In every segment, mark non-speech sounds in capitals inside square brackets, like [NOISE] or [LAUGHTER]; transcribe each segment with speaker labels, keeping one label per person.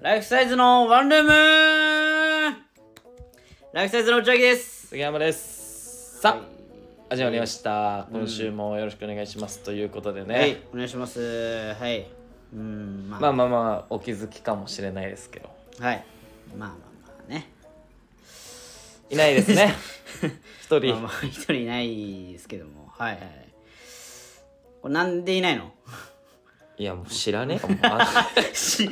Speaker 1: ライフサイズのワンルームライフサイズの内訳です。
Speaker 2: 杉山ですさ
Speaker 1: は
Speaker 2: あ始まりました今週もよろしくお願いします、ということでね、
Speaker 1: い、はい、お願いします。はい。うん、まあ、
Speaker 2: まあまあまあお気づきかもしれないですけど
Speaker 1: はい。まあまあまあね。
Speaker 2: いないで
Speaker 1: [LAUGHS]
Speaker 2: すね一人、
Speaker 1: まあまあ、一人いないですけども。はいはい。これなんでいないの [LAUGHS]
Speaker 2: いやもう知らねえよもうあ
Speaker 1: し
Speaker 2: も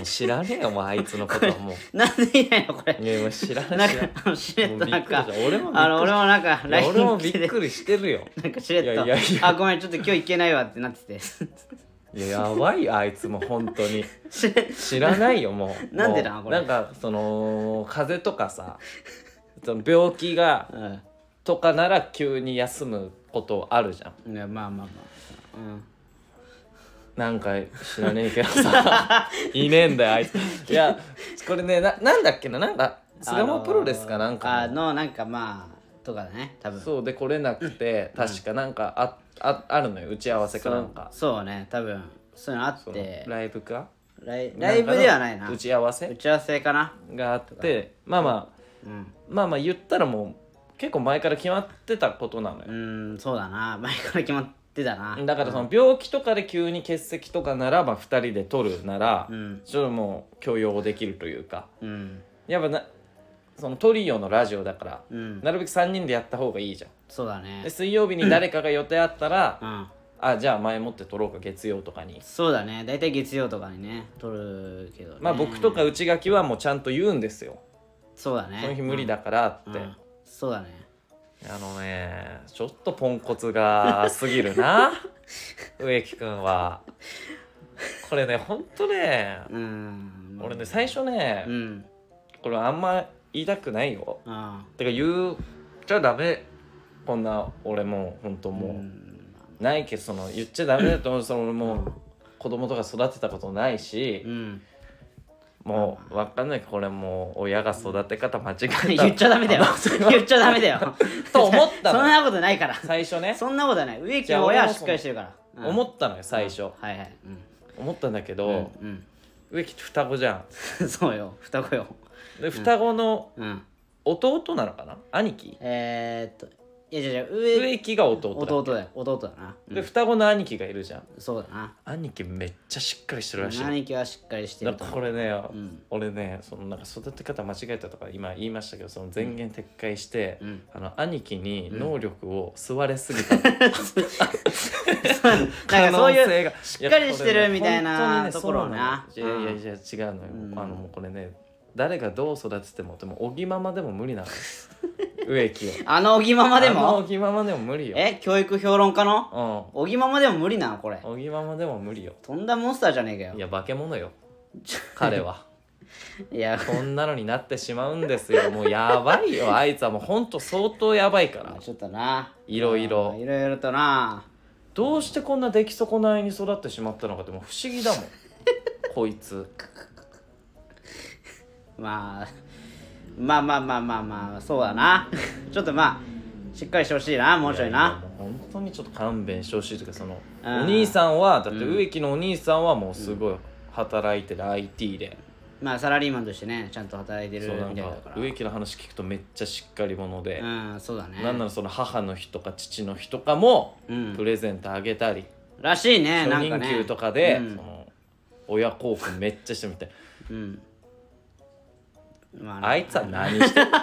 Speaker 2: う知らねえよもうあいつのことはも
Speaker 1: なんでいないのこれ
Speaker 2: う。いやもう知らな
Speaker 1: ないん
Speaker 2: 知ら
Speaker 1: か
Speaker 2: ない、
Speaker 1: あのしれっとなんか
Speaker 2: もうびっくりした俺もびっくりした
Speaker 1: あの、俺もなんか、
Speaker 2: いや
Speaker 1: LINE
Speaker 2: 俺もび
Speaker 1: 来て
Speaker 2: っくりしてるよ
Speaker 1: なんかしれっと
Speaker 2: いやいやいや
Speaker 1: あ、ごめん、ちょっと今日行けないわってなってて。 [LAUGHS]
Speaker 2: いややばいよあいつも本当に
Speaker 1: しれ
Speaker 2: 知らないよもう
Speaker 1: なんでな
Speaker 2: もう
Speaker 1: これ
Speaker 2: なんかその風邪とかさその病気が
Speaker 1: うん。
Speaker 2: とかなら急に休むことあるじゃん
Speaker 1: いやまあまあまあ、うん、
Speaker 2: なんか知らねえけ
Speaker 1: [LAUGHS]
Speaker 2: どさいねえんだよあいついやこれねななんだっけななんか巣
Speaker 1: あ
Speaker 2: 鴨
Speaker 1: のー
Speaker 2: プロレスかなん
Speaker 1: あ
Speaker 2: かの
Speaker 1: のなんかまあとかだね多分う
Speaker 2: そうで来れなくて確かなんかあああるのよ打ち合わせかなんか
Speaker 1: そうね多分そういうのあっ
Speaker 2: その
Speaker 1: て
Speaker 2: ライブか
Speaker 1: ライライブではない
Speaker 2: ん
Speaker 1: な
Speaker 2: か
Speaker 1: 打
Speaker 2: の打ち合わせ
Speaker 1: ち合わせかな
Speaker 2: があってまあまあ
Speaker 1: うん
Speaker 2: まあまあ言ったらもう結構前から決まってたことなのよ
Speaker 1: うーんそうだな [LAUGHS] 前から決まってたな
Speaker 2: だからその病気とかで急に欠席とかならば2人で取るなら、
Speaker 1: うん
Speaker 2: それもう許容できるというか
Speaker 1: うん
Speaker 2: やっぱなそのトリオのラジオだから、
Speaker 1: うん
Speaker 2: なるべく3人でやった方がいいじゃん
Speaker 1: そうだ
Speaker 2: で
Speaker 1: ね
Speaker 2: 水曜日に誰かが予定あったら、
Speaker 1: うん
Speaker 2: あじゃあ前もって取ろうか月曜とかに
Speaker 1: そうだね大体月曜とかにね撮るけど、ね、
Speaker 2: まあ僕とか内垣はもうちゃんと言うんですよ、
Speaker 1: そうだね
Speaker 2: その日無理だからって、
Speaker 1: うんそうだね
Speaker 2: あのねちょっとポンコツが過ぎ
Speaker 1: [LAUGHS]
Speaker 2: るな植木くんはこれねほんとね
Speaker 1: うん
Speaker 2: 俺ね最初ね、
Speaker 1: うん
Speaker 2: これあんま言いたくないよ
Speaker 1: あ
Speaker 2: てか言っちゃダメこんな俺もうほんと
Speaker 1: あう
Speaker 2: もう、
Speaker 1: ん
Speaker 2: ないけどその言っちゃダメだと思うその俺もう子供とか育てたことないし
Speaker 1: う、ん [LAUGHS]
Speaker 2: もう分かんないこれもう親が育て方間違えた [LAUGHS]
Speaker 1: 言っちゃダメだよ
Speaker 2: あのそれは
Speaker 1: 言っちゃダメ
Speaker 2: [LAUGHS]
Speaker 1: だよ
Speaker 2: と思ったの
Speaker 1: そんなことないから
Speaker 2: 最初ね
Speaker 1: そんなことはない植木
Speaker 2: じゃ
Speaker 1: は
Speaker 2: あ
Speaker 1: 親は
Speaker 2: 俺も
Speaker 1: しっかりしてるから、うん
Speaker 2: 思ったのよ最初、
Speaker 1: はいはいうん
Speaker 2: 思ったんだけ
Speaker 1: う
Speaker 2: ど、
Speaker 1: ん、
Speaker 2: 植木って双子じゃ
Speaker 1: うん [LAUGHS] そうよ双子よ
Speaker 2: んで双子の
Speaker 1: うん
Speaker 2: 弟なのかな兄貴
Speaker 1: えー、っといやじゃじゃ上
Speaker 2: 植木が弟だ
Speaker 1: 弟だよ弟だな、うん
Speaker 2: で双子の兄貴がいるじゃん
Speaker 1: そうだな
Speaker 2: 兄貴めっちゃしっかりしてるらしい
Speaker 1: 兄貴はしっかりして
Speaker 2: だ
Speaker 1: る
Speaker 2: か
Speaker 1: と
Speaker 2: ら
Speaker 1: 思
Speaker 2: これね、
Speaker 1: ん
Speaker 2: 俺ねそのなんか育て方間違えたとか今言いましたけどその前言撤回して、
Speaker 1: うん
Speaker 2: あの兄貴に能力を吸われすぎた、
Speaker 1: う [LAUGHS] なんかそう
Speaker 2: 可能性
Speaker 1: い
Speaker 2: が
Speaker 1: うしっかりしてるみたい
Speaker 2: や
Speaker 1: なところをな
Speaker 2: 本当にねそうなのよいやいやいや違うのよ、あのもうこれね誰がどう育ててもでもおぎままでも無理なのよ
Speaker 1: [LAUGHS]
Speaker 2: 植木を
Speaker 1: あのおぎままで
Speaker 2: あのお
Speaker 1: も
Speaker 2: ぎままでも無理よ
Speaker 1: え教育評論家
Speaker 2: う
Speaker 1: の
Speaker 2: んお
Speaker 1: おぎままでも無理なのこれ
Speaker 2: ぎままでも無理よ
Speaker 1: とんだモンスターじゃねえかよ
Speaker 2: いや化け物よ彼は
Speaker 1: いや
Speaker 2: こんなのになってしまうんですよもうやばいよあいつはもうほんと相当やばいから
Speaker 1: まあちょっとないい
Speaker 2: ろいろ
Speaker 1: いろいろとな
Speaker 2: どうしてこんな出来損ないに育ってしまったのかってもう不思議だも
Speaker 1: [LAUGHS]
Speaker 2: んこいつ
Speaker 1: まあまあまあまあまあまあそうだな [LAUGHS] ちょっとまあしっかりしてほしいなもうちょいな
Speaker 2: もう本当にちょっと勘弁してほしいというかその
Speaker 1: うん
Speaker 2: お兄さんはだって植木のお兄さんはもうすごい働いてる IT で、
Speaker 1: まあサラリーマンとしてねちゃんと働いてる
Speaker 2: そうな
Speaker 1: み
Speaker 2: ん
Speaker 1: たいだ
Speaker 2: か
Speaker 1: から
Speaker 2: 植木の話聞くとめっちゃしっかり者で、
Speaker 1: うんそうだね
Speaker 2: なんならその母の日とか父の日とかも
Speaker 1: うん
Speaker 2: プレゼントあげたり、
Speaker 1: らしいね
Speaker 2: 初
Speaker 1: なんか
Speaker 2: 任
Speaker 1: ね
Speaker 2: 給とかで、
Speaker 1: うん
Speaker 2: その親孝行めっちゃしてみたい
Speaker 1: うんまあね
Speaker 2: あいつは何してんの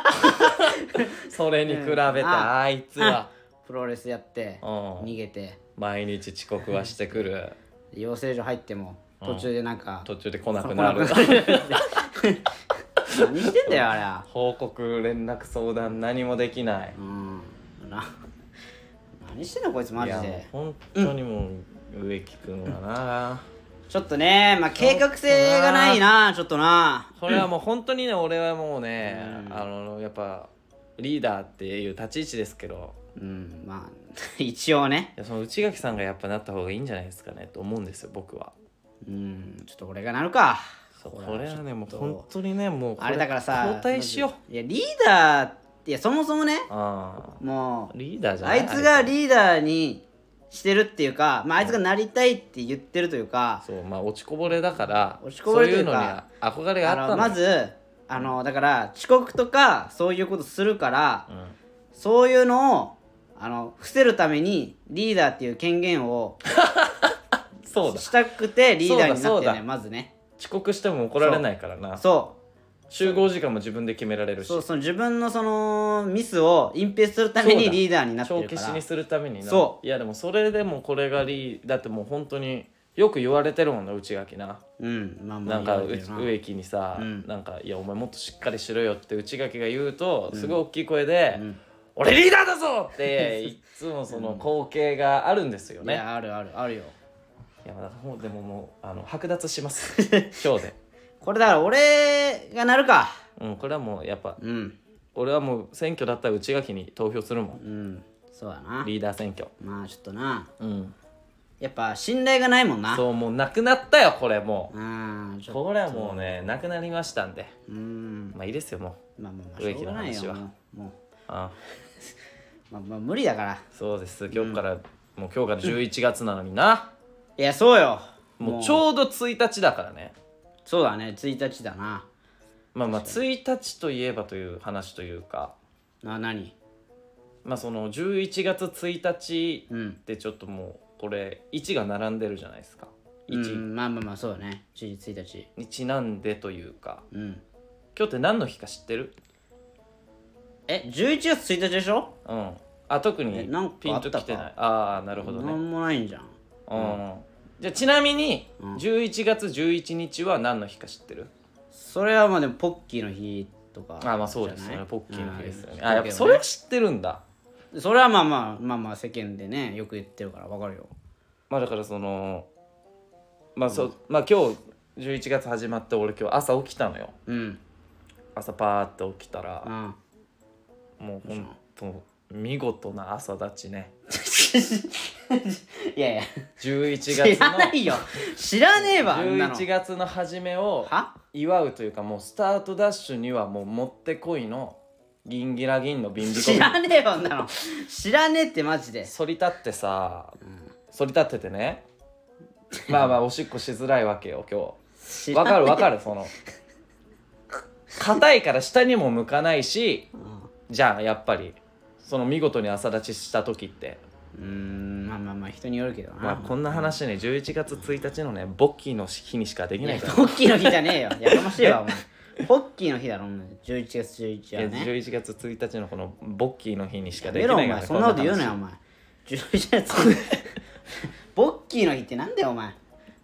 Speaker 2: [LAUGHS] それに比べて
Speaker 1: あ
Speaker 2: あいつは、
Speaker 1: プロレスやって
Speaker 2: うん
Speaker 1: 逃げて
Speaker 2: 毎日遅刻はしてくる
Speaker 1: 養成所入っても途中でなんか
Speaker 2: 途中で来なくなる
Speaker 1: [LAUGHS] 何してんだよあれは
Speaker 2: 報告連絡相談何もできない
Speaker 1: うんな何してんのこいつマ
Speaker 2: い
Speaker 1: ジ
Speaker 2: やもう
Speaker 1: で
Speaker 2: 本当にもう植木君はな
Speaker 1: ちょっとねまあ計画性がないなちょっとな
Speaker 2: これはもう本当にね俺はもうねあのやっぱリーダーっていう立ち位置ですけど
Speaker 1: うんまあ [LAUGHS] 一応ね
Speaker 2: いやその内垣さんがやっぱなった方がいいんじゃないですかねと思うんですよ僕は
Speaker 1: うんちょっと俺がなるか
Speaker 2: そうこれはねもう本当にねもうこ
Speaker 1: あれだからさ
Speaker 2: 交代しよ
Speaker 1: ういやリーダーいやそもそもね
Speaker 2: うあ
Speaker 1: も
Speaker 2: リーダーじ
Speaker 1: うあ
Speaker 2: ゃな
Speaker 1: い
Speaker 2: い
Speaker 1: つがリーダーにしてるっていうか、まあ、あいつがなりたいって言ってるというか、
Speaker 2: そうまあ落ちこぼれだから
Speaker 1: 落ちこぼれ
Speaker 2: そういう
Speaker 1: と
Speaker 2: の
Speaker 1: いう
Speaker 2: に
Speaker 1: か
Speaker 2: 憧れがあ
Speaker 1: あ
Speaker 2: った
Speaker 1: の
Speaker 2: ん
Speaker 1: ま
Speaker 2: だ
Speaker 1: ずあのだから遅刻とかそういうことするから、
Speaker 2: うん
Speaker 1: そういうのをあの伏せるためにリーダーっていう権限を
Speaker 2: [LAUGHS] そうだ
Speaker 1: したくてリーダーにな
Speaker 2: そ
Speaker 1: っ
Speaker 2: う
Speaker 1: て
Speaker 2: だそう
Speaker 1: ね
Speaker 2: だ
Speaker 1: まずね
Speaker 2: 遅刻しても怒られないからな
Speaker 1: そ
Speaker 2: 集合時間も自分で決められる
Speaker 1: う
Speaker 2: し
Speaker 1: そうその自分のそのミスを隠蔽するため
Speaker 2: そう
Speaker 1: に
Speaker 2: だ
Speaker 1: リーダーになって
Speaker 2: 帳
Speaker 1: るか
Speaker 2: 消
Speaker 1: ら
Speaker 2: しにするためにな
Speaker 1: そう
Speaker 2: いやでもそれでもこれがリーだってもう本当によく言われてるもんな内垣な
Speaker 1: うんまあまあ
Speaker 2: なんか
Speaker 1: いいよ
Speaker 2: う
Speaker 1: いいよな
Speaker 2: 植木にさ、
Speaker 1: うん
Speaker 2: なんか「いやお前もっとしっかりしろよ」って内垣が言うと、すごい大きい声で「
Speaker 1: ん
Speaker 2: 俺リーダーだぞ!」っていっつもその光景があるんですよね、
Speaker 1: いやあるあるあるよ
Speaker 2: いやまあもうでももうあの剥奪します
Speaker 1: [LAUGHS]
Speaker 2: 今日で、
Speaker 1: これだから俺がなるか
Speaker 2: うん、これはもうやっぱ
Speaker 1: うん
Speaker 2: 俺はもう選挙だったら内垣に投票する
Speaker 1: う
Speaker 2: もん
Speaker 1: んそうだな
Speaker 2: リーダー選挙
Speaker 1: まあちょっとな
Speaker 2: うん
Speaker 1: やっぱ信頼がないもんな
Speaker 2: そうもうなくなったよこれも
Speaker 1: うんちょ
Speaker 2: う
Speaker 1: っと
Speaker 2: これはもうねなくなりましたんで
Speaker 1: うん
Speaker 2: まあいいですよも
Speaker 1: まあまあまあし
Speaker 2: 植
Speaker 1: ょう
Speaker 2: 木
Speaker 1: が
Speaker 2: の
Speaker 1: ない
Speaker 2: 話
Speaker 1: よ
Speaker 2: は
Speaker 1: もうも
Speaker 2: うあ
Speaker 1: うまあまあ無理だから
Speaker 2: そうです今日から、もう今日から11月なのにない
Speaker 1: やそうよ
Speaker 2: もうちょうど1日だからね
Speaker 1: そうだね1日だな
Speaker 2: まあまあ1日といえばという話というか
Speaker 1: な何
Speaker 2: まあその11月1日
Speaker 1: うん
Speaker 2: ってちょっともうこれ1が並んでるじゃないですか
Speaker 1: う
Speaker 2: 1
Speaker 1: ん、まあまあまあそうだね1日1日
Speaker 2: にちなんでというか
Speaker 1: うん
Speaker 2: 今日って何の日か知ってる
Speaker 1: え11月1日でしょ
Speaker 2: うんあ特
Speaker 1: え
Speaker 2: に
Speaker 1: なんか
Speaker 2: ピンときてないああなるほど
Speaker 1: な
Speaker 2: ね
Speaker 1: んもないんじゃん
Speaker 2: うんじゃあちなみに
Speaker 1: うん
Speaker 2: 11月11日は何の日か知ってる、
Speaker 1: それはまあでもポッキーの日とか
Speaker 2: あまあそうです
Speaker 1: じゃ
Speaker 2: よ
Speaker 1: な
Speaker 2: ね
Speaker 1: い
Speaker 2: ポッキーの日ですよね
Speaker 1: うん
Speaker 2: あやっぱそれは知ってるんだ
Speaker 1: それはまあまあまあまあ世間でねよく言ってるからわかるよ
Speaker 2: まあだからそのまあそうまあ今日11月始まって俺今日朝起きたのよ
Speaker 1: うん
Speaker 2: 朝パーって起きたら
Speaker 1: あ
Speaker 2: もうほんと見事な朝立ちね
Speaker 1: いやいや
Speaker 2: 11
Speaker 1: 知
Speaker 2: 月
Speaker 1: ら
Speaker 2: の
Speaker 1: ないよ知らねえわあんなの
Speaker 2: 11月の初めを
Speaker 1: は
Speaker 2: 祝うというかもうスタートダッシュにはもうもってこいのギンギラギンのビンビコ
Speaker 1: 知らねえわあんなの知らねえってマジで
Speaker 2: 反り立ってさ反り立って
Speaker 1: [LAUGHS]
Speaker 2: てねまあまあおしっこしづらいわけよ今
Speaker 1: 知
Speaker 2: 日
Speaker 1: ら
Speaker 2: わ
Speaker 1: ね
Speaker 2: かるわかるその硬いから下にも向かないしじゃあやっぱりその見事に朝立ちした時って、
Speaker 1: うーんまあまあまあ人によるけどな、
Speaker 2: まあ、こんな話ね11月1日のねボッキーの日にしかでき
Speaker 1: い
Speaker 2: な
Speaker 1: や
Speaker 2: いか
Speaker 1: ポッキーの日じゃね
Speaker 2: [LAUGHS]
Speaker 1: えよやかましいわお前ポッキーの日だろお前11月11日
Speaker 2: ら、
Speaker 1: はい
Speaker 2: や
Speaker 1: ね
Speaker 2: 11月1日のこのボッキーの日にしか
Speaker 1: や
Speaker 2: でき
Speaker 1: め
Speaker 2: な
Speaker 1: ろ
Speaker 2: いか
Speaker 1: お
Speaker 2: ら
Speaker 1: 前そんなこと言うなよ
Speaker 2: こ
Speaker 1: お
Speaker 2: ん
Speaker 1: 前11月ポッキーの日ってなんだよお前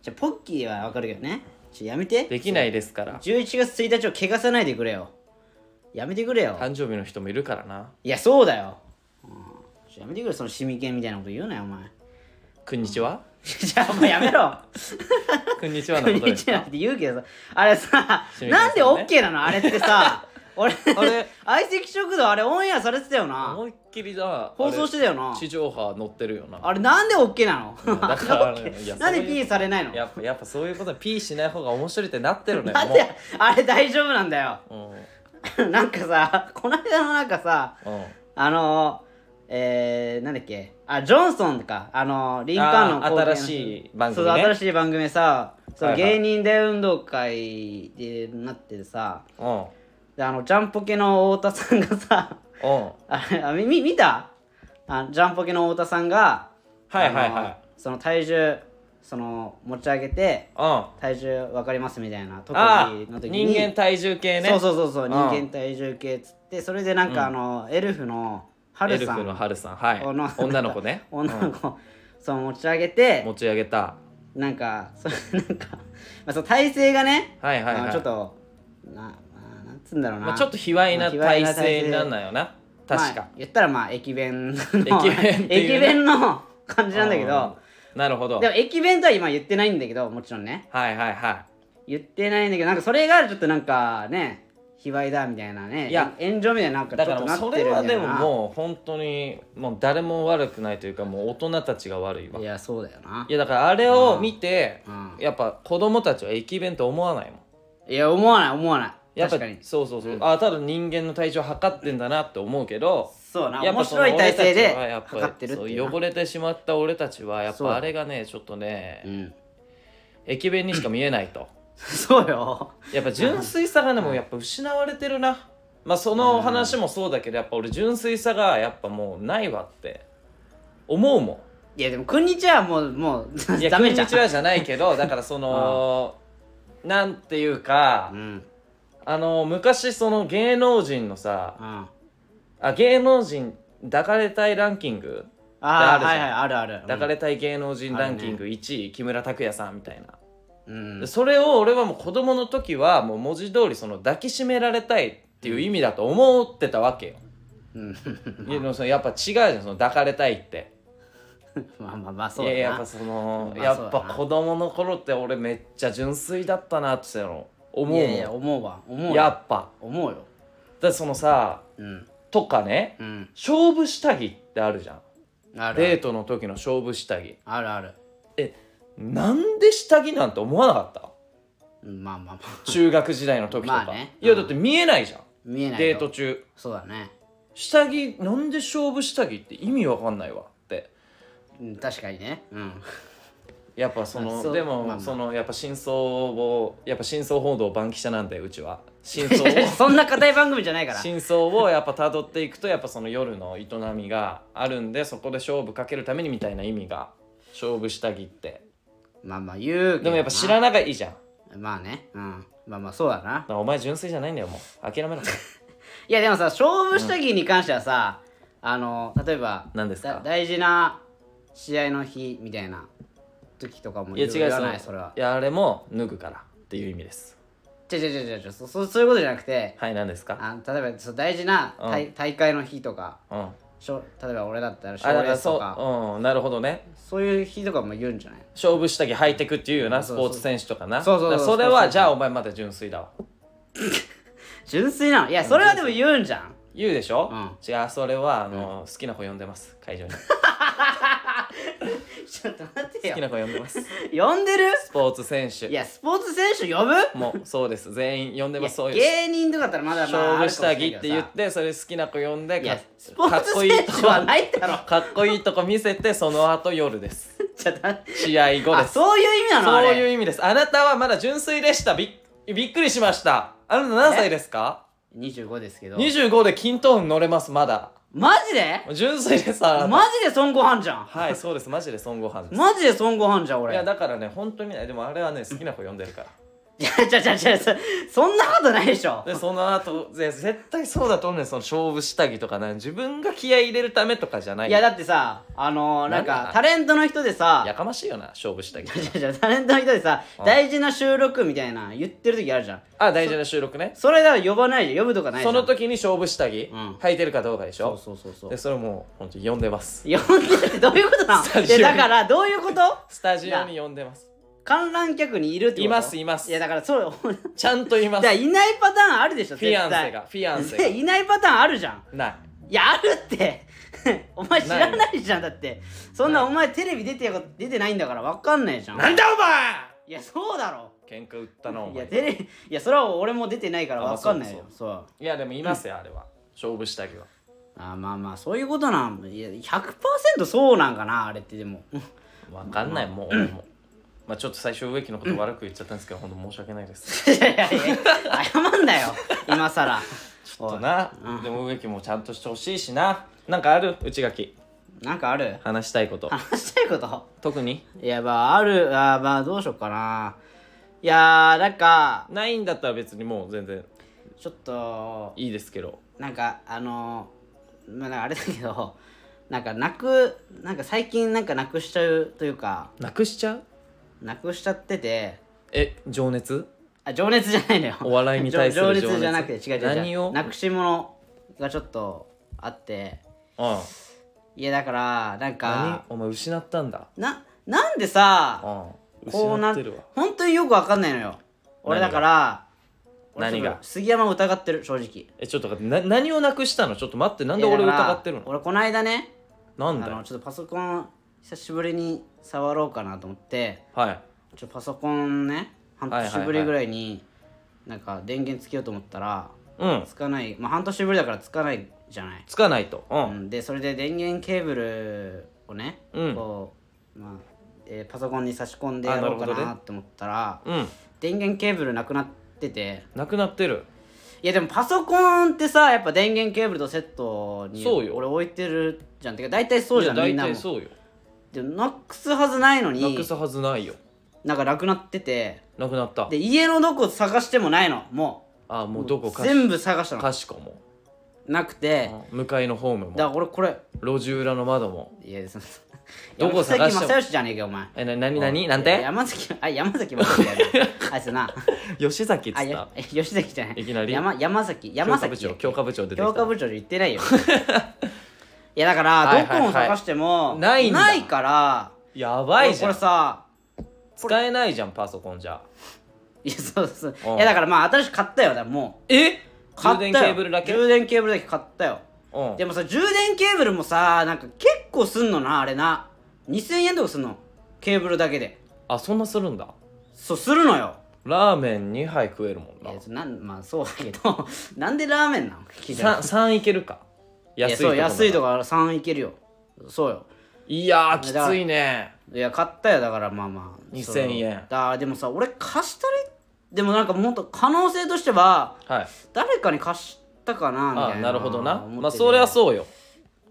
Speaker 1: じゃあポッキーはわかるけどねちょやめ
Speaker 2: 話で
Speaker 1: て
Speaker 2: きないですから
Speaker 1: 11月1日を汚さないでくれよやめてくれよ
Speaker 2: 誕生日の人もいるからない
Speaker 1: やそうだよ、うん、ちょやめてくれその市民権みたいなこと言うなよお前 [LAUGHS]
Speaker 2: こんにちは
Speaker 1: じゃあお前やめろ
Speaker 2: こんにちはのこと
Speaker 1: 1
Speaker 2: です
Speaker 1: 日な
Speaker 2: か
Speaker 1: んて言うけどさあれ
Speaker 2: [LAUGHS]
Speaker 1: さ、
Speaker 2: 市民権
Speaker 1: なんで
Speaker 2: さんね
Speaker 1: OK なのあれって
Speaker 2: [LAUGHS]
Speaker 1: さ俺
Speaker 2: あれ
Speaker 1: 相席食堂あれオンエアされてたよな
Speaker 2: 思いっきりだ
Speaker 1: 放送してたよな
Speaker 2: 地上波乗ってるよな
Speaker 1: あれなんで OK なの
Speaker 2: だからねいや
Speaker 1: なんで
Speaker 2: そういう
Speaker 1: P されないの
Speaker 2: やっぱやっぱそういうことは P しない方が面白いってなってるのよ
Speaker 1: [LAUGHS] なんであれ大丈夫なんだよ [LAUGHS]
Speaker 2: もう、
Speaker 1: なんかさこの間のなんかさ
Speaker 2: うんうん、
Speaker 1: あのえー、なんだっけあジョンソンかあのリンカーンの後継
Speaker 2: あ
Speaker 1: の
Speaker 2: 新しい番組
Speaker 1: そう
Speaker 2: ね
Speaker 1: 新しい番組でさその
Speaker 2: はいはい
Speaker 1: 芸人大運動会でなってさ
Speaker 2: うん
Speaker 1: であのジャンポケの太田さんがさ
Speaker 2: うん
Speaker 1: あれあみみ見たあジャンポケの太田さんが
Speaker 2: はいはい
Speaker 1: あのその体重その持ち上げて
Speaker 2: は
Speaker 1: 体重分かりますみたいな特
Speaker 2: いうんああ
Speaker 1: 技の時に
Speaker 2: 人間体重計ね
Speaker 1: そうそうそうそう
Speaker 2: うん
Speaker 1: 人間体重計っつってそれでなんかあの、エルフのハ
Speaker 2: エ
Speaker 1: ル
Speaker 2: ル
Speaker 1: さ
Speaker 2: フの
Speaker 1: ん
Speaker 2: ハルさんはい
Speaker 1: この
Speaker 2: 女の子ね
Speaker 1: [LAUGHS] 女の子、そう持ち上げて
Speaker 2: 持ち上げた
Speaker 1: なんかそなんか、まあ、そう体勢がね、
Speaker 2: はいはい
Speaker 1: あ
Speaker 2: はい
Speaker 1: のちょっとなあなんつうんだろうな、
Speaker 2: まあ、ちょっと卑猥な
Speaker 1: 卑猥な体
Speaker 2: 体
Speaker 1: 勢
Speaker 2: 勢になんないよな確
Speaker 1: まあ
Speaker 2: か、
Speaker 1: 言ったらまあ駅弁の
Speaker 2: 駅弁っていうね
Speaker 1: 駅弁の感じなんだけど、
Speaker 2: うんなるほど
Speaker 1: でも駅弁とは今言ってないんだけどもちろんね
Speaker 2: はいはいは
Speaker 1: 言ってないんだけどなんかそれがちょっとなんかね卑猥だみたいなね
Speaker 2: いや
Speaker 1: 炎上みたいななんか
Speaker 2: い
Speaker 1: ちょっ
Speaker 2: だ
Speaker 1: と
Speaker 2: からも
Speaker 1: な
Speaker 2: う
Speaker 1: っ
Speaker 2: そ
Speaker 1: て
Speaker 2: れ
Speaker 1: るんだよな
Speaker 2: はでももう本当にもう誰も悪くないというかもう大人たちが悪いわ
Speaker 1: いやそうだよない
Speaker 2: やだからあれを見て、
Speaker 1: うん
Speaker 2: やっぱ子供たちは駅弁と思わないもん
Speaker 1: いや思わない思わない
Speaker 2: やっぱ
Speaker 1: 確かに
Speaker 2: そうそうそう、あただ人間の体重を測ってんだなって思うけど
Speaker 1: そうな
Speaker 2: やっぱ
Speaker 1: 面
Speaker 2: その
Speaker 1: 白い体勢
Speaker 2: 俺たちはや
Speaker 1: で
Speaker 2: っぱ
Speaker 1: 測ってるっていう
Speaker 2: そう
Speaker 1: な
Speaker 2: 汚れてしまった俺たちはやっ
Speaker 1: そう
Speaker 2: ぱあれがねちょっとね、
Speaker 1: うん、 [LAUGHS]
Speaker 2: 駅弁にしか見えないと
Speaker 1: そうよ
Speaker 2: やっぱ純粋さがねもうやっぱ失われてるなまあその話もそうだけどやっぱ俺純粋さがやっぱもうないわって思うもん
Speaker 1: いやでも「こんにちは」もうもう
Speaker 2: いや、
Speaker 1: ダ
Speaker 2: こん
Speaker 1: メ
Speaker 2: に
Speaker 1: じゃん
Speaker 2: ちはじゃないけど、だから
Speaker 1: [LAUGHS]
Speaker 2: その、なんていうか
Speaker 1: う、ん
Speaker 2: あの、昔その芸能人のさ、
Speaker 1: うんあ
Speaker 2: あ、芸能人抱かれたいランキング、
Speaker 1: あ
Speaker 2: あるじゃん
Speaker 1: はいはいあるある
Speaker 2: 抱かれたい芸能人ランキング1位、木村拓哉さんみたいな。
Speaker 1: うん、
Speaker 2: でそれを俺はもう子供の時は、もう文字通りその抱きしめられたいっていう意味だと思ってたわけよ。
Speaker 1: うん、
Speaker 2: いやでもそのやっぱ違うじゃん、その抱かれたいって。
Speaker 1: まあまあまあそ
Speaker 2: いう
Speaker 1: だ
Speaker 2: や
Speaker 1: な
Speaker 2: やっぱその、
Speaker 1: まあ
Speaker 2: や
Speaker 1: そう
Speaker 2: っ
Speaker 1: だな
Speaker 2: ぱ子供の頃って俺めっちゃ純粋だったなってその思うもん
Speaker 1: いやいや思うわ思うよ
Speaker 2: やっぱ
Speaker 1: 思うよ
Speaker 2: だそのさ
Speaker 1: うん
Speaker 2: とかね
Speaker 1: うん
Speaker 2: 勝負下着ってあるじゃん
Speaker 1: あるあ
Speaker 2: デ
Speaker 1: る
Speaker 2: ートの時の勝負下着
Speaker 1: あるある
Speaker 2: なんで下着なんて思わなかった
Speaker 1: うんまあまあまあ [LAUGHS]
Speaker 2: 中学時代の時とか、
Speaker 1: まあね
Speaker 2: いやだって見えないじゃん
Speaker 1: 見えない
Speaker 2: デー
Speaker 1: と
Speaker 2: ト中
Speaker 1: そうだね
Speaker 2: 下着なんで勝負下着って意味わかんないわって
Speaker 1: うん確かにねうん
Speaker 2: やっぱその
Speaker 1: あそう
Speaker 2: でも、
Speaker 1: まあまあ
Speaker 2: そのやっぱ真相をやっぱ真相報道番記者なんだようち
Speaker 1: [LAUGHS]
Speaker 2: は真相を
Speaker 1: そんな硬い番組じゃないから
Speaker 2: 真相をやっぱ辿っていくとやっぱその夜の営みがあるんでそこで勝負かけるためにみたいな意味が勝負下着って
Speaker 1: まあまあ言うけどな
Speaker 2: でもやっぱ知らながいいじゃんだか
Speaker 1: まあねうんまあまあそうだな
Speaker 2: らお前純粋じゃないんだよもう
Speaker 1: [LAUGHS]
Speaker 2: 諦めろ
Speaker 1: いやでもさ勝負下着に関してはさ、あの例えば
Speaker 2: 何です
Speaker 1: だ
Speaker 2: か
Speaker 1: 大事な試合の日みたいな時とかも
Speaker 2: いや
Speaker 1: 言
Speaker 2: 違う
Speaker 1: わない
Speaker 2: そ
Speaker 1: それはい
Speaker 2: やあれも脱ぐからっていう意味です
Speaker 1: 違う違う違う違うそそそういうことじゃなくて
Speaker 2: はい何ですか
Speaker 1: あ例えばそう大事な大,、大会の日とか
Speaker 2: うんあ
Speaker 1: しょ例えば俺だったら賞
Speaker 2: だ
Speaker 1: レ
Speaker 2: か
Speaker 1: ー
Speaker 2: ら
Speaker 1: スとか
Speaker 2: そううんなるほどね
Speaker 1: そういう日とかも言うんじゃない
Speaker 2: 勝負下着履いてくっていうよなス
Speaker 1: そう
Speaker 2: ポーツ選手とかな
Speaker 1: そうそうそう
Speaker 2: だからそれ
Speaker 1: そうそうそ
Speaker 2: は
Speaker 1: う
Speaker 2: じゃあお前まだ純粋だわ
Speaker 1: 純粋なのいやそれはでも言うんじゃん
Speaker 2: 言うでしょ
Speaker 1: うん
Speaker 2: 違うそれはあの好きな子呼んでます会場に
Speaker 1: ちょっと待って
Speaker 2: 好き
Speaker 1: よ
Speaker 2: な子呼んでます
Speaker 1: 呼んでる
Speaker 2: スポーツ選手
Speaker 1: いやスポーツ選手呼ぶ
Speaker 2: もうそうです全員呼んで
Speaker 1: いや
Speaker 2: ますそういう
Speaker 1: 芸人とかだったらまだまあ
Speaker 2: 勝
Speaker 1: あ
Speaker 2: 負
Speaker 1: るかも
Speaker 2: 下
Speaker 1: しれ
Speaker 2: 着
Speaker 1: ん
Speaker 2: っ
Speaker 1: けど
Speaker 2: て言
Speaker 1: さ
Speaker 2: ってそれ好きな子呼んで
Speaker 1: いや
Speaker 2: か
Speaker 1: スポー
Speaker 2: かっ
Speaker 1: ツ
Speaker 2: こいいと
Speaker 1: 選手
Speaker 2: こ
Speaker 1: はないだ
Speaker 2: [LAUGHS]
Speaker 1: ろ
Speaker 2: かっこいいとこ見せてその後夜です
Speaker 1: ちょっと待って
Speaker 2: 試合後
Speaker 1: あ
Speaker 2: です
Speaker 1: そういう意味なのあ
Speaker 2: そう
Speaker 1: れ
Speaker 2: いう意味ですあなたはまだ純粋でしたびっびっくりしましたあなた何歳ですか
Speaker 1: 25ですけど
Speaker 2: 25で均等に乗れますまだ
Speaker 1: マジで
Speaker 2: 純粋ですあなた
Speaker 1: マジで孫悟飯じゃん
Speaker 2: はいそうですマジで孫悟飯です
Speaker 1: マジで孫悟飯じゃん
Speaker 2: い
Speaker 1: 俺
Speaker 2: やだからね本当にねでもあれはね好きな子呼んでるから
Speaker 1: いやちゃちゃちゃそそんなことないでしょ
Speaker 2: でその後ぜ絶対そうだと思うねんその勝負下着とかね自分が気合い入れるためとかじゃない
Speaker 1: いやだってさあのー、なん
Speaker 2: なん
Speaker 1: か
Speaker 2: だ
Speaker 1: タレントの人でさ
Speaker 2: やかましいよな勝負下
Speaker 1: じ
Speaker 2: 着
Speaker 1: ゃじゃタレントの人でさ大事な収録みたいな言ってる時あるじゃん
Speaker 2: あ大事な収録ね
Speaker 1: それだら呼ばないじゃん呼ぶとかないじゃ
Speaker 2: そ
Speaker 1: ん
Speaker 2: の時に勝負下着、
Speaker 1: うん
Speaker 2: 履いてるかどうかでし
Speaker 1: そう
Speaker 2: ょ
Speaker 1: そうそうそう
Speaker 2: でそれもう本当に呼んでます
Speaker 1: 呼んでるってどういうことな
Speaker 2: ス
Speaker 1: の
Speaker 2: タ
Speaker 1: い
Speaker 2: ジオ
Speaker 1: や
Speaker 2: に
Speaker 1: だからどういうこと
Speaker 2: スタジオに呼んでます
Speaker 1: 観覧客にいるってことい
Speaker 2: いますいます
Speaker 1: いやだからそう
Speaker 2: ちゃんと言いま
Speaker 1: だか
Speaker 2: す
Speaker 1: ら
Speaker 2: フ
Speaker 1: いないパターンあるでしょ絶
Speaker 2: ィアン
Speaker 1: 対
Speaker 2: セがフィアンセ
Speaker 1: いやいないパターンあるじゃん
Speaker 2: がない
Speaker 1: いやあるって [LAUGHS] お前知らないじゃんだってそんなお前テレビ出てよ出てないんだから分かんないじゃん
Speaker 2: なんだお前
Speaker 1: いやそうだろ
Speaker 2: 喧嘩売ったなお
Speaker 1: いや
Speaker 2: 前
Speaker 1: テレビいやそれは俺も出てないから
Speaker 2: あまあ
Speaker 1: 分かんないよそう
Speaker 2: いやでもいますよあれは勝負下着は
Speaker 1: あまあまあそういうことなんいや100%そうなんかなあれってでも [LAUGHS]
Speaker 2: わかんないもうもうまあちょっと最初植木のこと悪く言っちゃったんですけど本当申し訳ないです
Speaker 1: いやいやいや謝ん
Speaker 2: [LAUGHS]
Speaker 1: なよ今更
Speaker 2: ちょっとな、でも植木もちゃんとしてほしいしななんかある内垣
Speaker 1: なんかある
Speaker 2: 話したいこと
Speaker 1: 話したいこと
Speaker 2: 特に
Speaker 1: いやまああるあーまあどうしようかないやーなんか
Speaker 2: ないんだったら別にもう全然
Speaker 1: ちょっと
Speaker 2: いいですけど
Speaker 1: なんかあのーまあなんかあれだけどなんかなくなんか最近なんかなくしちゃうというか
Speaker 2: なくしちゃう
Speaker 1: なくしちゃってて
Speaker 2: え情熱
Speaker 1: あ情熱じゃないのよ
Speaker 2: お笑いに対する
Speaker 1: 情熱
Speaker 2: 情熱
Speaker 1: 情熱じゃなくて違う違う違う
Speaker 2: 何を
Speaker 1: なくし物がちょっとあって
Speaker 2: うん
Speaker 1: いやだからなん
Speaker 2: 何
Speaker 1: か
Speaker 2: お前失ったんだ
Speaker 1: ななんでさ
Speaker 2: うん
Speaker 1: こうな
Speaker 2: 失ってるわ
Speaker 1: 本当によくわかんないのよ俺だ
Speaker 2: 何
Speaker 1: か
Speaker 2: が
Speaker 1: ら俺
Speaker 2: 何
Speaker 1: ちょっ
Speaker 2: が
Speaker 1: と杉山を疑ってる正直
Speaker 2: えちょっと待ってな何をなくしたのちょっと待ってなんで
Speaker 1: いや
Speaker 2: 俺
Speaker 1: だから
Speaker 2: 疑ってるの
Speaker 1: 俺この間ね
Speaker 2: なん
Speaker 1: あ
Speaker 2: だ
Speaker 1: の
Speaker 2: よ
Speaker 1: ちょっとパソコン久しぶりに触ろうかなと思って
Speaker 2: はい
Speaker 1: ちょっとパソコンね半年ぶりぐらいになんか電源つけようと思ったら
Speaker 2: うん
Speaker 1: つかないまあ半年ぶりだからつかないじゃない、
Speaker 2: つかないと。う。
Speaker 1: うんん、でそれで電源ケーブルをね、
Speaker 2: うん
Speaker 1: こう、まあえーパソコンに差し込んで
Speaker 2: あ
Speaker 1: やろうか
Speaker 2: なるほど
Speaker 1: な
Speaker 2: ね
Speaker 1: と思ったら、
Speaker 2: うん。
Speaker 1: 電源ケーブルなくなってて
Speaker 2: なくなってる。
Speaker 1: いやでもパソコンってさやっぱ電源ケーブルとセットに
Speaker 2: そうよ
Speaker 1: 俺置いてるじゃんてか大体そうじゃんみん
Speaker 2: いや
Speaker 1: なも
Speaker 2: 大体そうよ。
Speaker 1: でもなくすはずないの
Speaker 2: な
Speaker 1: に
Speaker 2: くすはずないよ。
Speaker 1: なんかなくなってて
Speaker 2: なくなった
Speaker 1: で。家のどこ探してもないのも
Speaker 2: ああ、もう
Speaker 1: う
Speaker 2: どこかし
Speaker 1: 全部探したの
Speaker 2: かしこも。
Speaker 1: なくて
Speaker 2: うん向かいのホーム
Speaker 1: だ
Speaker 2: も。
Speaker 1: から俺これ
Speaker 2: 路地裏の窓も。
Speaker 1: いやその
Speaker 2: どこ探して
Speaker 1: 山
Speaker 2: も
Speaker 1: 崎正義じゃねえかよお前
Speaker 2: え、な、なになになんて
Speaker 1: 山崎 [LAUGHS] あ山崎正義だよあい
Speaker 2: [LAUGHS]
Speaker 1: つな
Speaker 2: 吉崎っつ
Speaker 1: あ
Speaker 2: っ
Speaker 1: いや [LAUGHS]
Speaker 2: た。
Speaker 1: え吉崎じゃない
Speaker 2: いきなり
Speaker 1: 山山崎山
Speaker 2: 教科部
Speaker 1: 崎
Speaker 2: 長、教科部長出てき
Speaker 1: 教科
Speaker 2: た。
Speaker 1: 部長で言って
Speaker 2: [LAUGHS]
Speaker 1: ないよいやだか
Speaker 2: はい
Speaker 1: ら
Speaker 2: はい
Speaker 1: ど
Speaker 2: はい
Speaker 1: こも探しても
Speaker 2: ないんだ
Speaker 1: ないから
Speaker 2: やばい
Speaker 1: 俺
Speaker 2: じ
Speaker 1: こ
Speaker 2: ゃ
Speaker 1: れ
Speaker 2: ん。
Speaker 1: さ
Speaker 2: 使えないじゃん、パソコンじゃ。
Speaker 1: いやそうそう
Speaker 2: うん
Speaker 1: いやだからまあ新しく買ったよだからも
Speaker 2: え
Speaker 1: う買
Speaker 2: 充
Speaker 1: ったよ
Speaker 2: 電ケーブルだけ
Speaker 1: 充電ケーブルだけ買ったよ
Speaker 2: うん
Speaker 1: で。もさ充電ケーブルもさなんか結構すんのなあれな2000円とかすんのケーブルだけで
Speaker 2: あ、そんなするんだ。
Speaker 1: そうするのよ
Speaker 2: ラーメン2杯食えるもん
Speaker 1: いや
Speaker 2: な。
Speaker 1: そなんまあそうだけど [LAUGHS] なんでラーメンなの聞いたら
Speaker 2: さ3いけるか。安い
Speaker 1: やそ
Speaker 2: とこな
Speaker 1: う
Speaker 2: ら
Speaker 1: 安いとか3いけるよそうよ
Speaker 2: いやー、きついね。
Speaker 1: いや買ったよだからまあまあ
Speaker 2: 2000
Speaker 1: その
Speaker 2: 円
Speaker 1: だでもさ俺貸したりでもなんかもっと可能性としては
Speaker 2: はい。
Speaker 1: 誰かに貸したかなみ
Speaker 2: あ
Speaker 1: たいな
Speaker 2: なるほどな。
Speaker 1: 思ってて
Speaker 2: まあ、それはそうよ。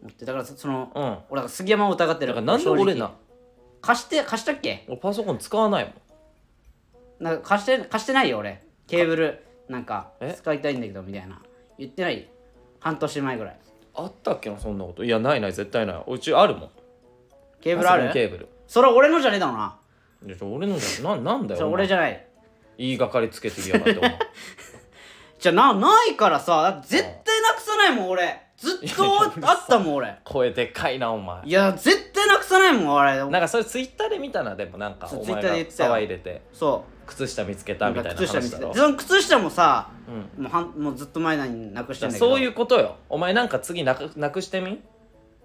Speaker 1: 思ってだからそその、
Speaker 2: うん。だ
Speaker 1: 俺だから杉山を疑ってる
Speaker 2: から、なんで俺
Speaker 1: 正直
Speaker 2: な。
Speaker 1: 貸して貸したっけ
Speaker 2: 俺、パソコン使わないもん。
Speaker 1: なんか貸して貸してないよ俺ケーブルなんか
Speaker 2: え
Speaker 1: 使いたいんだけどみたいな言ってない半年前ぐらい
Speaker 2: あったっけな、そんなこと。いや、ないない、絶対ない。うちあるもん。
Speaker 1: ケーブルあ
Speaker 2: パソコンケ
Speaker 1: る
Speaker 2: ーブル。
Speaker 1: それ俺のじゃねえだろうない
Speaker 2: やちょ俺のじゃな、なんだ
Speaker 1: それ
Speaker 2: よ。
Speaker 1: 俺
Speaker 2: 俺
Speaker 1: じゃない
Speaker 2: 言いがかりつけてきやが
Speaker 1: [LAUGHS]
Speaker 2: って。お前
Speaker 1: じゃあなないからさだって絶対なくさないもん俺ずっとあったもん俺
Speaker 2: 声でかいな、お前
Speaker 1: い。や絶対なくさないもん俺
Speaker 2: なんかそれツイッターで見たなでもなんか
Speaker 1: そう
Speaker 2: お前
Speaker 1: Twitter
Speaker 2: が
Speaker 1: で言ってたよ
Speaker 2: 騒いでて
Speaker 1: そう
Speaker 2: 靴下見つけたみたいな
Speaker 1: 靴下見
Speaker 2: 話
Speaker 1: つ
Speaker 2: だ
Speaker 1: け
Speaker 2: ろ
Speaker 1: てその靴下もさ、
Speaker 2: う
Speaker 1: もうはんもうずっと前なのになくしてんだけど
Speaker 2: そういうことよお前なんか次なくなくしてみ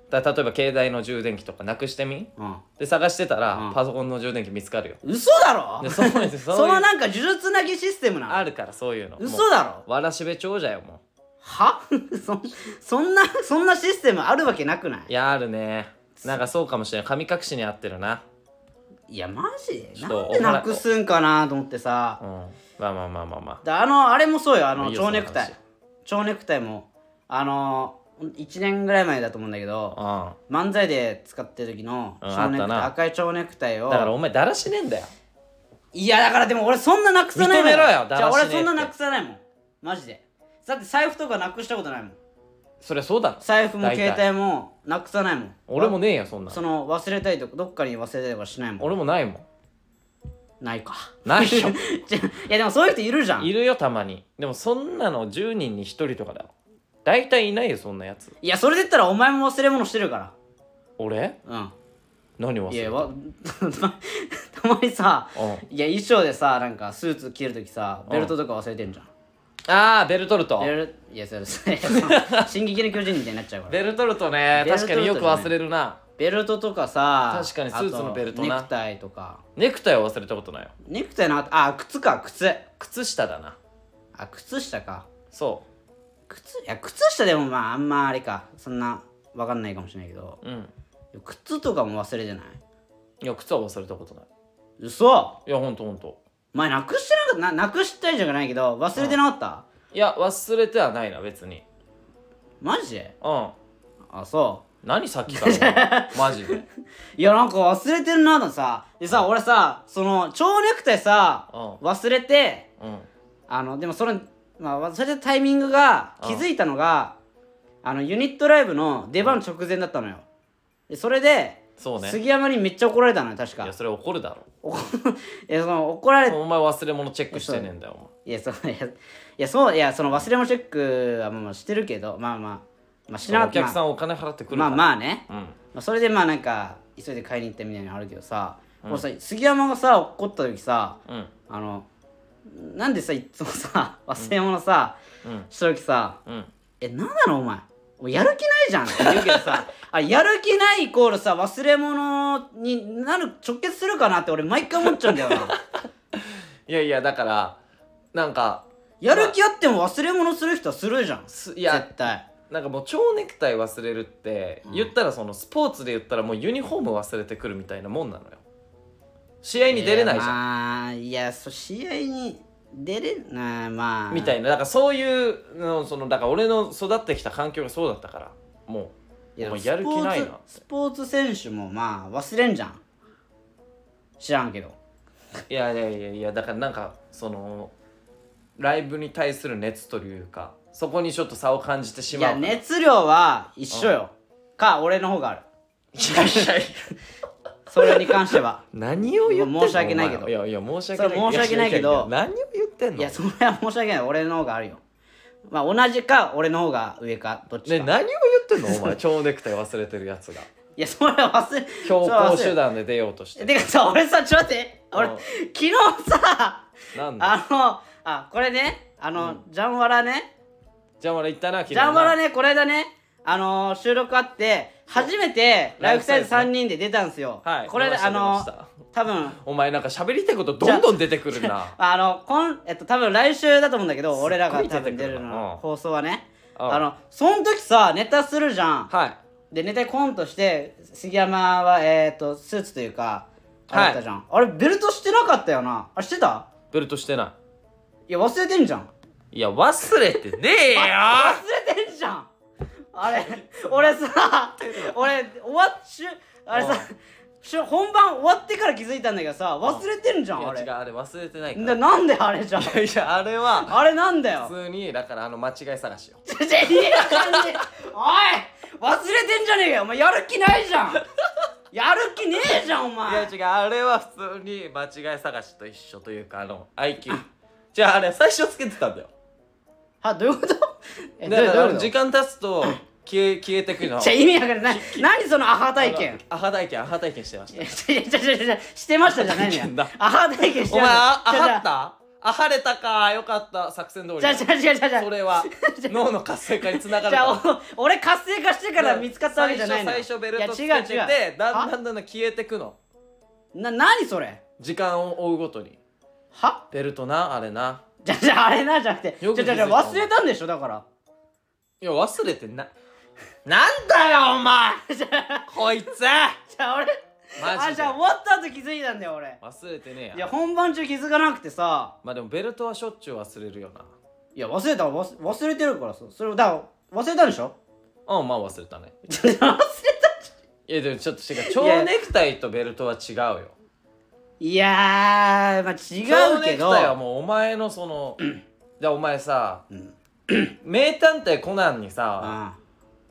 Speaker 2: だ例えば携帯の充電器とかなくしてみ
Speaker 1: うん、
Speaker 2: で探してたら、
Speaker 1: うん
Speaker 2: パソコンの充電器見つかるよ
Speaker 1: 嘘だろ
Speaker 2: でそう
Speaker 1: [LAUGHS] そ
Speaker 2: そうい
Speaker 1: の
Speaker 2: う
Speaker 1: なんか呪術なぎシステムなの
Speaker 2: あるからそういうのもう
Speaker 1: 嘘だろ
Speaker 2: わらしべ長者よも
Speaker 1: は [LAUGHS] そそんなそんなシステムあるわけなくないう
Speaker 2: いやあるねなんかそうかもしれない神隠しに合ってるな
Speaker 1: いやマジで
Speaker 2: ちょっと
Speaker 1: なんでなくすんかなと思ってさ
Speaker 2: うんまあまあまあまあま
Speaker 1: であのあれもそうよあ
Speaker 2: まあ
Speaker 1: の
Speaker 2: いいよ
Speaker 1: 蝶ネクタイ
Speaker 2: その話
Speaker 1: 蝶ネクタイもあの1年ぐらい前だと思うんだけど
Speaker 2: あ
Speaker 1: 漫才で使ってる時の
Speaker 2: うん
Speaker 1: 蝶ネク
Speaker 2: あった
Speaker 1: タイ
Speaker 2: な
Speaker 1: 赤い蝶ネクタイ
Speaker 2: う
Speaker 1: を
Speaker 2: んだからお前だらしねえんだよ
Speaker 1: いやだからでも俺そんななくさないもん
Speaker 2: 認めろよ
Speaker 1: じゃあ
Speaker 2: だらしねえ
Speaker 1: 俺
Speaker 2: って
Speaker 1: そんななくさないもんマジでだって財布とかなくしたことないもん
Speaker 2: そりゃそうだろ
Speaker 1: 財布も
Speaker 2: 大体
Speaker 1: 携帯もなくさないもん
Speaker 2: 俺もねえよそんなの
Speaker 1: その忘れたりとかどっかに忘れたりとかしないもん
Speaker 2: 俺もないもん
Speaker 1: ないか
Speaker 2: な
Speaker 1: [LAUGHS]
Speaker 2: いよ
Speaker 1: じゃいやでもそういう人いるじゃん
Speaker 2: い
Speaker 1: い
Speaker 2: るよたまにでもそんなの10人に1人とかだよ大体いないよそんなやつ
Speaker 1: やそれで言ったらお前も忘れ物してるか
Speaker 2: 俺
Speaker 1: ら
Speaker 2: 何
Speaker 1: う
Speaker 2: 忘
Speaker 1: んい
Speaker 2: れ
Speaker 1: や
Speaker 2: た
Speaker 1: わ [LAUGHS] たまにさ
Speaker 2: うん
Speaker 1: いや衣装でさなんかスーツ着るときさベルトとか忘れてんじゃん
Speaker 2: ああベルトルト
Speaker 1: ベルいやそれ
Speaker 2: [LAUGHS]
Speaker 1: それその進撃の巨人みたいになっちゃうから
Speaker 2: ベルトルトね
Speaker 1: ベルト
Speaker 2: 確
Speaker 1: ルト
Speaker 2: かによく忘れるな
Speaker 1: ベルトとかさ
Speaker 2: 確かにスーツのベルトな
Speaker 1: あとネクタイとか
Speaker 2: ネクタイは忘れたことないよ
Speaker 1: ネクタイのあとあ靴か靴
Speaker 2: 靴下だな
Speaker 1: あ靴下か
Speaker 2: そ
Speaker 1: 靴いや靴下でもまああんまあれかそんなわかんないかもしれないけど
Speaker 2: ううん
Speaker 1: 靴とかも忘れてない
Speaker 2: いや靴は忘れたことない
Speaker 1: 嘘
Speaker 2: いやほんとほんと
Speaker 1: 前なくしてなかったななくしたいじゃないけど忘れてなかった、
Speaker 2: いや忘れてはないな別に
Speaker 1: マジで
Speaker 2: うん
Speaker 1: あそ
Speaker 2: 何さっきから
Speaker 1: [LAUGHS]
Speaker 2: お前マジで
Speaker 1: ういやなんか忘れてるなとさでさ俺さその蝶ネクタイさ、
Speaker 2: うん
Speaker 1: 忘れて
Speaker 2: うん
Speaker 1: あのでもそれまあ忘れたタイミングが
Speaker 2: うん
Speaker 1: 気づいたのが、あのユニットライブの出番直前だったのよでそれで
Speaker 2: そうね
Speaker 1: 杉山にめっちゃ怒られたのよ確
Speaker 2: い
Speaker 1: か
Speaker 2: やそれ怒るだろ
Speaker 1: 怒 [LAUGHS] いやその怒られ
Speaker 2: お前忘れ物チェックしてねえんだよお前
Speaker 1: いや、そう、いや、いや、そう、いや、その忘れ物チェックはまあしてるけど、まあまあ、まあ、 [LAUGHS] しなか
Speaker 2: お客さ
Speaker 1: った。
Speaker 2: んお金払ってくる
Speaker 1: ま
Speaker 2: か
Speaker 1: あ
Speaker 2: ら
Speaker 1: まあね。
Speaker 2: うん
Speaker 1: まあ、それでまあなんか、急いで買いに行ったみたいなのあるけどさ、もうさ、杉山がさ、怒った時さ、
Speaker 2: うん
Speaker 1: あの、なんでさ、いつもさ、忘れ物さ、
Speaker 2: うん
Speaker 1: した時さ、
Speaker 2: うん
Speaker 1: え、なんなのお前。もうやる気ないじゃんって言うけど
Speaker 2: [LAUGHS]
Speaker 1: さあやる気ないイコールさ忘れ物になる直結するかなって俺毎回思っちゃうんだよ
Speaker 2: [LAUGHS]
Speaker 1: な
Speaker 2: いやいやだからなんか
Speaker 1: やる気あっても忘れ物する人はするじゃん
Speaker 2: すい
Speaker 1: い
Speaker 2: や
Speaker 1: 絶対
Speaker 2: なんかもう蝶ネクタイ忘れるって、
Speaker 1: うん
Speaker 2: 言ったらそのスポーツで言ったらもうユニフォーム忘れてくるみたいなもんなのよ試合に出れないじゃん、
Speaker 1: やまあいやそう試合に出れなあまあ
Speaker 2: みたい
Speaker 1: な
Speaker 2: なだからそういうのそのだから俺の育ってきた環境がそうだったからもうもうやる気ないな
Speaker 1: スポーツスポーツ選手もまあ忘れんじゃん知らんけど
Speaker 2: いやいやいやいやだからなんかそのライブに対する熱というかそこにちょっと差を感じてし
Speaker 1: い
Speaker 2: ま
Speaker 1: や
Speaker 2: うい
Speaker 1: 熱量は一緒よ、か俺の方がある
Speaker 2: やいやいや
Speaker 1: それに関して
Speaker 2: [LAUGHS]
Speaker 1: は
Speaker 2: 何を言ってんの
Speaker 1: もう申し訳ないけど
Speaker 2: お前はいやいや申し訳ない
Speaker 1: それ申し訳ないけど
Speaker 2: ややや何を言ってん
Speaker 1: い
Speaker 2: の
Speaker 1: やそれは申し訳ない俺の方があるよまあ同じか俺の方が上かどっち
Speaker 2: ね
Speaker 1: か、
Speaker 2: 何を言ってんのお前蝶ネクタイ忘れてるやつが
Speaker 1: いやそれは忘れ
Speaker 2: 強
Speaker 1: それは忘
Speaker 2: 行
Speaker 1: れ
Speaker 2: 手段で出ようとして
Speaker 1: てかさ俺さちょっと待って俺
Speaker 2: うん
Speaker 1: 昨日さ
Speaker 2: なんだ
Speaker 1: あのあこれねあの、ジャンワラね
Speaker 2: じゃあまだ行ったな昨
Speaker 1: ジ
Speaker 2: 日
Speaker 1: ャンワラ
Speaker 2: ね
Speaker 1: ねこれだねあの収録あって初めてライフサイズ
Speaker 2: ライフサイ
Speaker 1: 3
Speaker 2: ズね
Speaker 1: 人で出たんですよ、
Speaker 2: はい
Speaker 1: これ
Speaker 2: 出
Speaker 1: で
Speaker 2: ました
Speaker 1: あの
Speaker 2: 出ました
Speaker 1: 多分
Speaker 2: お前なんか喋りたいことどんどん出てくるな
Speaker 1: あのこんえっと多分来週だと思うんだけど
Speaker 2: すっごい
Speaker 1: 俺らが多分出
Speaker 2: 出てくる
Speaker 1: る
Speaker 2: な
Speaker 1: の
Speaker 2: うん
Speaker 1: 放送はね
Speaker 2: うん
Speaker 1: あのその時さネタするじゃん
Speaker 2: はい
Speaker 1: でネタコントして杉山はえっ、とスーツというか
Speaker 2: はい
Speaker 1: あれだったじゃん、あれベルトしてなかったよなあれしてた
Speaker 2: ベルトしてない
Speaker 1: や忘れてんじゃん
Speaker 2: いや忘れて
Speaker 1: [LAUGHS]
Speaker 2: ねえよ
Speaker 1: 忘れてんじゃんあれ俺さ俺終わっしゅあれさしゅ本番終わってから気づいたんだけどさ忘れてんじゃ
Speaker 2: い
Speaker 1: んあ
Speaker 2: や
Speaker 1: れ
Speaker 2: 違うあれ忘れてないから
Speaker 1: ななんであれじゃん
Speaker 2: いやいやあれは
Speaker 1: あれなんだよ
Speaker 2: [LAUGHS] 普通にだからあの間違い探しよ
Speaker 1: ちょちょいい感じおい忘れてんじゃねえかよお前やる気ないじゃんやる気ねえじゃんお
Speaker 2: いや
Speaker 1: 前
Speaker 2: 違うあれは普通に間違い探しと一緒というかあの IQ じゃああれ最初つけてたんだよ
Speaker 1: はどういうことえどう
Speaker 2: だからあ
Speaker 1: どういう
Speaker 2: の
Speaker 1: こと
Speaker 2: 時間経つと消え消えてく
Speaker 1: [LAUGHS]
Speaker 2: の
Speaker 1: ちょ意味わかんない何そのアハ体験
Speaker 2: アハ体験アハ体験してまし
Speaker 1: い
Speaker 2: た
Speaker 1: やちょちょちょちょしてましたじゃない
Speaker 2: 体験
Speaker 1: んだ
Speaker 2: だ
Speaker 1: よアハ体験して
Speaker 2: お前
Speaker 1: まし
Speaker 2: あア
Speaker 1: た
Speaker 2: ハったアハれたかよかった作戦通り
Speaker 1: じゃ
Speaker 2: だ
Speaker 1: あじゃあじゃあじゃあじゃあ
Speaker 2: それは脳の活性化につな
Speaker 1: [LAUGHS]
Speaker 2: が
Speaker 1: じ
Speaker 2: る
Speaker 1: ゃ
Speaker 2: か
Speaker 1: あお俺活性化してからら見つかったわけじゃないの
Speaker 2: 最初最初ベルトつけて
Speaker 1: いや違う違
Speaker 2: て
Speaker 1: う
Speaker 2: だんだ
Speaker 1: は
Speaker 2: んだんだん消えてくの
Speaker 1: な何それ
Speaker 2: 時間を追うごとに
Speaker 1: は
Speaker 2: ベルトなあれな
Speaker 1: じゃあじゃああれなじゃなくてじゃ
Speaker 2: よ
Speaker 1: あ
Speaker 2: く
Speaker 1: じ
Speaker 2: 気づ
Speaker 1: ゃあ
Speaker 2: いた
Speaker 1: じゃあ忘れたんでしょだから [LAUGHS]
Speaker 2: いや忘れてななんだよお前こいつ
Speaker 1: じゃあ俺
Speaker 2: マジ
Speaker 1: あ
Speaker 2: で
Speaker 1: じゃあ終わった後気づいたんだよ俺
Speaker 2: 忘れてねえや
Speaker 1: いや本番中気づかなくてさ
Speaker 2: まあでもベルトはしょっちゅう忘れるよない
Speaker 1: や忘れたわ忘忘れてるからさそれをだから忘れたんでしょ [LAUGHS]
Speaker 2: うんまあ忘れたね
Speaker 1: 忘れた
Speaker 2: いやでもちょっと違う蝶ネクタイとベルトは違うよ
Speaker 1: いやーまあ違うけ
Speaker 2: 蝶ネクタイは
Speaker 1: ど
Speaker 2: もうお前の
Speaker 1: [CLEARS THROAT]
Speaker 2: そのじゃあお前さ、 [CLEARS THROAT] 名探偵コナンにさ、
Speaker 1: あ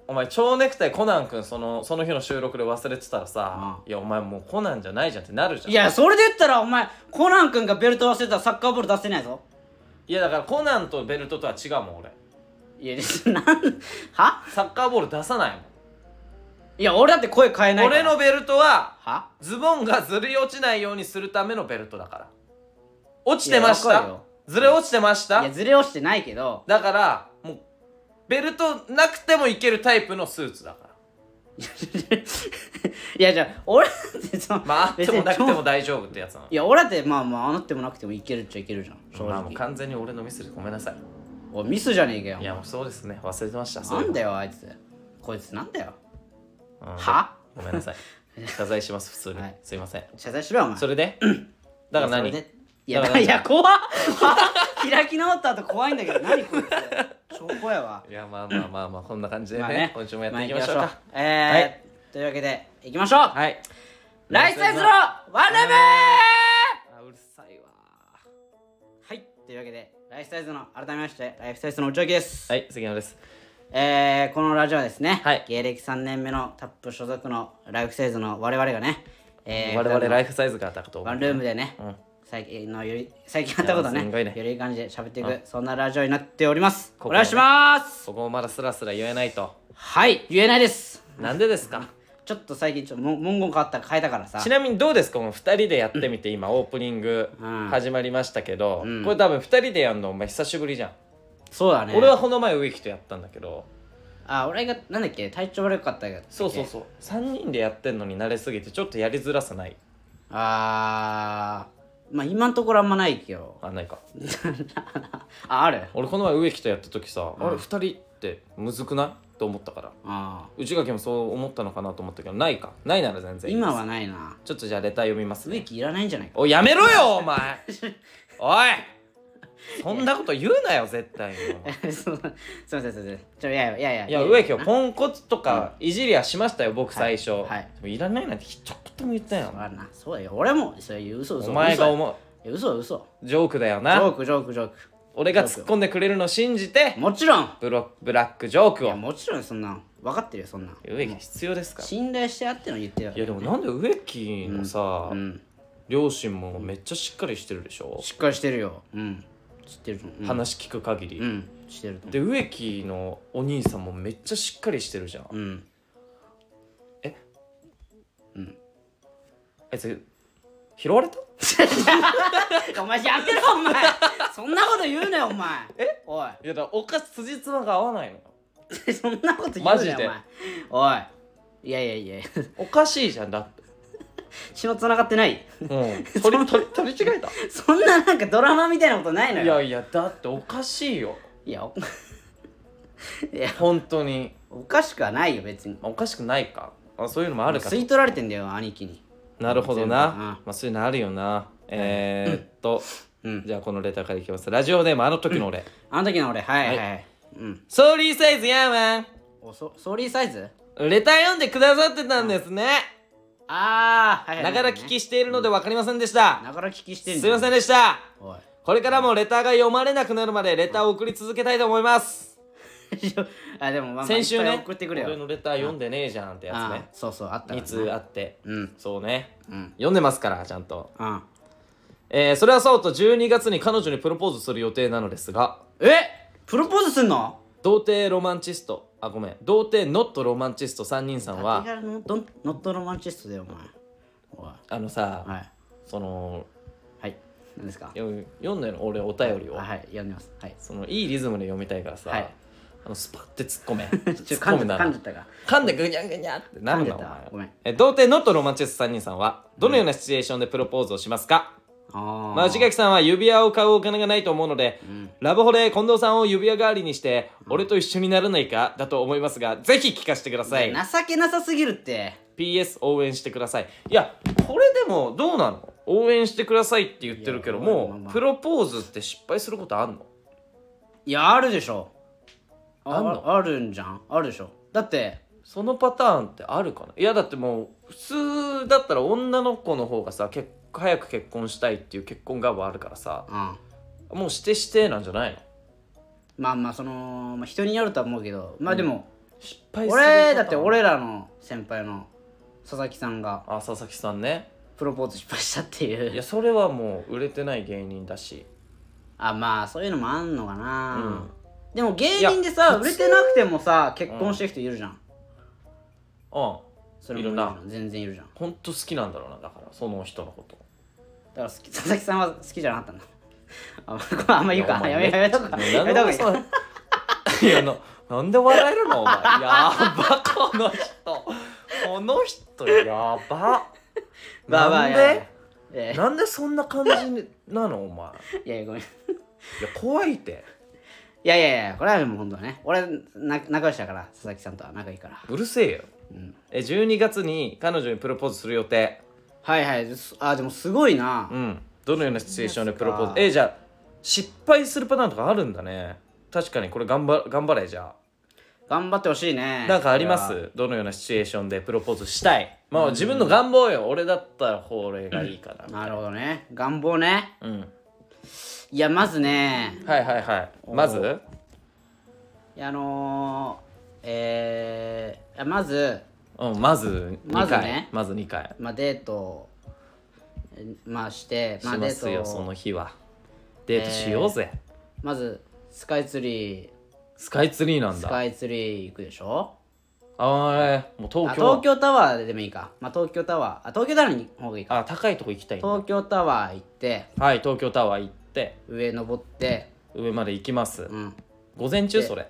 Speaker 2: お前蝶ネクタイコナンくんそのその日の収録で忘れてたらさ、
Speaker 1: う
Speaker 2: いやお前もうコナンじゃないじゃんってなるじゃん
Speaker 1: いやそれで言ったらお前コナン君がベルト忘れたらサッカーボール出せないぞ
Speaker 2: いやだからコナンとベルトとは違うもん俺
Speaker 1: いや [LAUGHS] なんは
Speaker 2: サッカーボール出さない
Speaker 1: いや俺だって声変え
Speaker 2: も
Speaker 1: なんいから
Speaker 2: 俺のベルトは
Speaker 1: は
Speaker 2: ズボンがずり落ちないようにするためのベルトだから落ちてまし
Speaker 1: いやわかる
Speaker 2: た
Speaker 1: よ
Speaker 2: ずれ落ちてまし
Speaker 1: い
Speaker 2: た
Speaker 1: やずれ落ちてないけど
Speaker 2: だからもうベルトなくてもいけるタイプのスーツだから
Speaker 1: いやじゃあ俺だって
Speaker 2: [LAUGHS]
Speaker 1: その
Speaker 2: まああってもなくて
Speaker 1: 別に
Speaker 2: も
Speaker 1: 超
Speaker 2: 大丈夫ってやつなの
Speaker 1: いや俺だってまあまああってもなくてもいけるっちゃいけるじゃん正
Speaker 2: まあもう
Speaker 1: 直
Speaker 2: 完全に俺のミスでごめんなさい
Speaker 1: おいミスじゃねえかよ
Speaker 2: いやもうそうですね忘れてましたそ
Speaker 1: な
Speaker 2: れ
Speaker 1: んだよあいつこいつなんだよ
Speaker 2: うん
Speaker 1: は
Speaker 2: ごめんな [LAUGHS] さい謝罪します普通に、
Speaker 1: はい
Speaker 2: すいません
Speaker 1: 謝罪しろよお前
Speaker 2: それ [LAUGHS] でだから何
Speaker 1: いやそれでい
Speaker 2: だ
Speaker 1: や
Speaker 2: から何
Speaker 1: いや怖っ開き直った後 [LAUGHS] 怖いんだけど何こいつ超怖いわ
Speaker 2: いやまあまあまあまあこんな感じでね,、
Speaker 1: まあね
Speaker 2: 今週もやっていきましょうか、
Speaker 1: まあ行きましょうえーというわけでいきましょう
Speaker 2: はい
Speaker 1: ライセンスのワンルーム
Speaker 2: あうるさいわ
Speaker 1: はいというわけでライフサイズの改めましてライフサイズの内脇です
Speaker 2: はい杉野です
Speaker 1: えー、このラジオはですね、
Speaker 2: はい
Speaker 1: 芸歴3年目のタップ所属のライフサイズの我々がね、えー、
Speaker 2: 我々ラ
Speaker 1: イ
Speaker 2: イフサイズがったこと
Speaker 1: ワンルームでね、
Speaker 2: うん
Speaker 1: 最近のより最近あったことをね
Speaker 2: いやすごいね
Speaker 1: よりいい感じで喋っていく、
Speaker 2: うん
Speaker 1: そんなラジオになっております
Speaker 2: ここ
Speaker 1: お願いします
Speaker 2: そこもまだスラスラ言えないと
Speaker 1: はい言えないです
Speaker 2: なんでですか
Speaker 1: ちょっと最近ちょっと文文言変わった変えたからさ
Speaker 2: ちなみにどうですかこの2人でやってみて今オープニング
Speaker 1: うん
Speaker 2: 始まりましたけど、これ多分2人でやるのお前久しぶりじゃん、
Speaker 1: そうだね
Speaker 2: 俺はこの前植木とやったんだけど
Speaker 1: あ俺がなんだっけ体調悪かったけど
Speaker 2: そうそうそう3人でやってんのに慣れすぎてちょっとやりづらさない
Speaker 1: あーまあ今のところあんまないけど
Speaker 2: あないか
Speaker 1: [LAUGHS] あある
Speaker 2: 俺この前植木とやった時さ、あれ2人ってむずくないと思ったから
Speaker 1: あ
Speaker 2: 内垣もそう思ったのかなと思ったけどないかないなら全
Speaker 1: あ
Speaker 2: 然いいです
Speaker 1: 今はないな
Speaker 2: ちょっとじゃあレター読みます
Speaker 1: 植
Speaker 2: ね
Speaker 1: 木いらないんじゃないか [LAUGHS]
Speaker 2: おいやめろよお前おいそんなこと言うなよ絶対
Speaker 1: [LAUGHS]
Speaker 2: に
Speaker 1: そうすいませんすいませんちょいやいやいや
Speaker 2: いや植木を
Speaker 1: ン
Speaker 2: ポンコツとかいじりはしましたよ僕
Speaker 1: は
Speaker 2: 最
Speaker 1: い
Speaker 2: 初、
Speaker 1: はい
Speaker 2: でもいらないなんて一言も言ったよ
Speaker 1: そうだなそうだよ俺もそれ嘘嘘
Speaker 2: お前が
Speaker 1: 嘘
Speaker 2: 思
Speaker 1: いや嘘嘘
Speaker 2: うジョークだよ
Speaker 1: ジョ
Speaker 2: な
Speaker 1: ークジョークジョーク
Speaker 2: 俺が突っ込んでくれるのを信じて
Speaker 1: もちろん
Speaker 2: ブロブラックジョーク
Speaker 1: いや
Speaker 2: を
Speaker 1: もちろんそんなん分かってるよそんなん
Speaker 2: 植木必要ですから
Speaker 1: 信頼してあっての言ってる
Speaker 2: いやでもなんで植木のさ、
Speaker 1: うん
Speaker 2: 両親もめっちゃしっかりしてるでしょ、
Speaker 1: しっかりしてるようん知ってると思う
Speaker 2: 話聞く限り、
Speaker 1: うんうんしてると思
Speaker 2: で植木のお兄さんもめっちゃしっかりしてるじゃん、
Speaker 1: ううん [LAUGHS]
Speaker 2: あいつ拾われた
Speaker 1: お前やめろお前そんなこと言うなよお前えおい
Speaker 2: いやだからおかつ辻褄が合わないのよ
Speaker 1: そんなこと言うなよ
Speaker 2: マジで
Speaker 1: お前おいいやいやいや
Speaker 2: おかしいじゃんだって
Speaker 1: 血の繋がってない
Speaker 2: うん
Speaker 1: [LAUGHS]
Speaker 2: 取り取り取り違えた
Speaker 1: そんななんかドラマみたいなことないの
Speaker 2: い
Speaker 1: よ
Speaker 2: やいやだっておかしいよ
Speaker 1: いやお
Speaker 2: 本当に
Speaker 1: おかしくはないよ別に
Speaker 2: まあおかしくないかあそういうのもあるか
Speaker 1: 吸い取られてんだよ兄貴に
Speaker 2: なるほどな
Speaker 1: 全部うん
Speaker 2: まあ、そういうのあるよなえー、っと、
Speaker 1: うん
Speaker 2: じゃあこのレターからいきますラジオネームあの時の俺、
Speaker 1: あの時の俺はいはいうん
Speaker 2: ソーリーサイズヤーマン
Speaker 1: おそソーリーサイズ
Speaker 2: レター読んでくださってたんですね
Speaker 1: ああはいは
Speaker 2: ないがら聞きしているので分かりませんでした
Speaker 1: ながら聞きしてん
Speaker 2: すいません
Speaker 1: ん
Speaker 2: でした
Speaker 1: おい [LAUGHS]
Speaker 2: これからもレターが読まれなくなるまでレターを送り続けたいと思います
Speaker 1: あでもまあまあ
Speaker 2: 先週
Speaker 1: いっぱい
Speaker 2: ね
Speaker 1: 送ってくれよ
Speaker 2: 俺のレター読んでねえじゃんってやつ
Speaker 1: あ
Speaker 2: ね
Speaker 1: ーそうそうあったから
Speaker 2: 2
Speaker 1: な
Speaker 2: 通あって
Speaker 1: うん
Speaker 2: そうね
Speaker 1: うん
Speaker 2: 読んでますからちゃんと
Speaker 1: あ
Speaker 2: えーそれはそうと12月に彼女にプロポーズする予定なのですが
Speaker 1: えプロポーズすんの
Speaker 2: 童貞ロマンチストあごめん童貞ノットロマンチスト3人さんは
Speaker 1: 手軽のドンノットロマンチストだよお前おい
Speaker 2: あのさ、
Speaker 1: はい
Speaker 2: その
Speaker 1: はい何ですか
Speaker 2: 読読んだの俺お便りを、
Speaker 1: あはい読んでますはい
Speaker 2: そのいいリズムで読みたいからさ、
Speaker 1: はい
Speaker 2: あのスパッて突っ込め
Speaker 1: [LAUGHS] ち
Speaker 2: 突
Speaker 1: ょ
Speaker 2: っ
Speaker 1: 噛
Speaker 2: 込
Speaker 1: ん
Speaker 2: む
Speaker 1: じゃ
Speaker 2: な
Speaker 1: った噛んじゃったか
Speaker 2: 噛んでぐにゃぐにゃってなる
Speaker 1: 噛ん
Speaker 2: のお
Speaker 1: じゃった
Speaker 2: 前
Speaker 1: ごめん
Speaker 2: え童貞ノットロマンチスト3人さんはどのようなシチュエーションでプロポーズをしますか、
Speaker 1: あ
Speaker 2: まあ、内垣さんは指輪を買うお金がないと思うので、ラブホで近藤さんを指輪代わりにして、俺と一緒にならないかだと思いますがぜひ聞かせてください
Speaker 1: ー情けなさすぎるって
Speaker 2: PS 応援してくださいいやこれでもどうなの応援してくださいって言ってるけど
Speaker 1: いやまあ
Speaker 2: も
Speaker 1: まあまあ
Speaker 2: プロポーズって失敗することあんの
Speaker 1: いやあるでしょ
Speaker 2: あんの
Speaker 1: あるんじゃんあるでしょだって
Speaker 2: そのパターンってあるかないやだってもう普通だったら女の子の方がさ結早く結婚したいっていう結婚願望あるからさ
Speaker 1: うんま
Speaker 2: もうしてしてなんじゃないの
Speaker 1: あまあその、まあ、人によるとは思うけどまあでも、
Speaker 2: 失敗する
Speaker 1: 俺だって
Speaker 2: パターン
Speaker 1: 俺らの先輩の佐々木さんが
Speaker 2: あ佐々木さんね
Speaker 1: プロポーズ失敗したっていう
Speaker 2: いやそれはもう売れてない芸人だし
Speaker 1: あまあそういうのもあんのかな、
Speaker 2: うん
Speaker 1: でも芸人で
Speaker 2: いや
Speaker 1: さ売れてなくてもさ結婚してる人いるじゃん、
Speaker 2: うん
Speaker 1: それも
Speaker 2: いるな
Speaker 1: 全然いるじゃんだ
Speaker 2: ほんと好きなんだろうなだからその人のこと
Speaker 1: から好き佐々木さんは好きじゃなかったんだあまああんま言うかやめやめとくか
Speaker 2: ね
Speaker 1: やめとくか
Speaker 2: なんでお前いやななんで笑えるのお前やばこの人この人やば
Speaker 1: まあま
Speaker 2: な
Speaker 1: あ
Speaker 2: ん
Speaker 1: い
Speaker 2: で、
Speaker 1: やいやいや
Speaker 2: なんでそんな感じ
Speaker 1: [LAUGHS]
Speaker 2: なのお前い
Speaker 1: いやいやごめんい
Speaker 2: や怖いって
Speaker 1: やいやいやこれはもう本当ね俺な仲良しだから佐々木さんとは仲いいから
Speaker 2: うるせえよ、え12月に彼女にプロポーズする予定
Speaker 1: はいはいすあでもすごいな、
Speaker 2: うんどのようなシチュエーションでプロポーズ
Speaker 1: そうですか
Speaker 2: えじゃあ失敗するパターンとかあるんだね確かにこれ頑張頑張れじゃ
Speaker 1: 頑張ってほしいね
Speaker 2: あなんかありま
Speaker 1: これは
Speaker 2: すどのようなシチュエーションでプロポーズしたいまあ自分の願望よ俺だったらこれがいいかな
Speaker 1: なるほどね願望ね
Speaker 2: うん
Speaker 1: いやまずね
Speaker 2: はいはいはいまず
Speaker 1: いやあのー、えーいやまず
Speaker 2: うんまず2回
Speaker 1: まずね
Speaker 2: まず2回
Speaker 1: まあ、デートをえまあして、まあ、
Speaker 2: し
Speaker 1: デ
Speaker 2: ま
Speaker 1: ー
Speaker 2: すよ
Speaker 1: ト
Speaker 2: そ
Speaker 1: を
Speaker 2: の日はデートしようぜ
Speaker 1: まずスカイツリー
Speaker 2: スカイツリーなん
Speaker 1: ス
Speaker 2: だ
Speaker 1: カイツリー行くでしょ
Speaker 2: あーもう
Speaker 1: あ
Speaker 2: 東京
Speaker 1: 東京タワーでもいいか、まあ、東京タワーあ東京タワーの方がいいか
Speaker 2: あ高いとこ行きたいんだ
Speaker 1: 東京タワー行って
Speaker 2: はい東京タワー行って
Speaker 1: 上登って
Speaker 2: 上まで行きます
Speaker 1: うん
Speaker 2: 午前中それ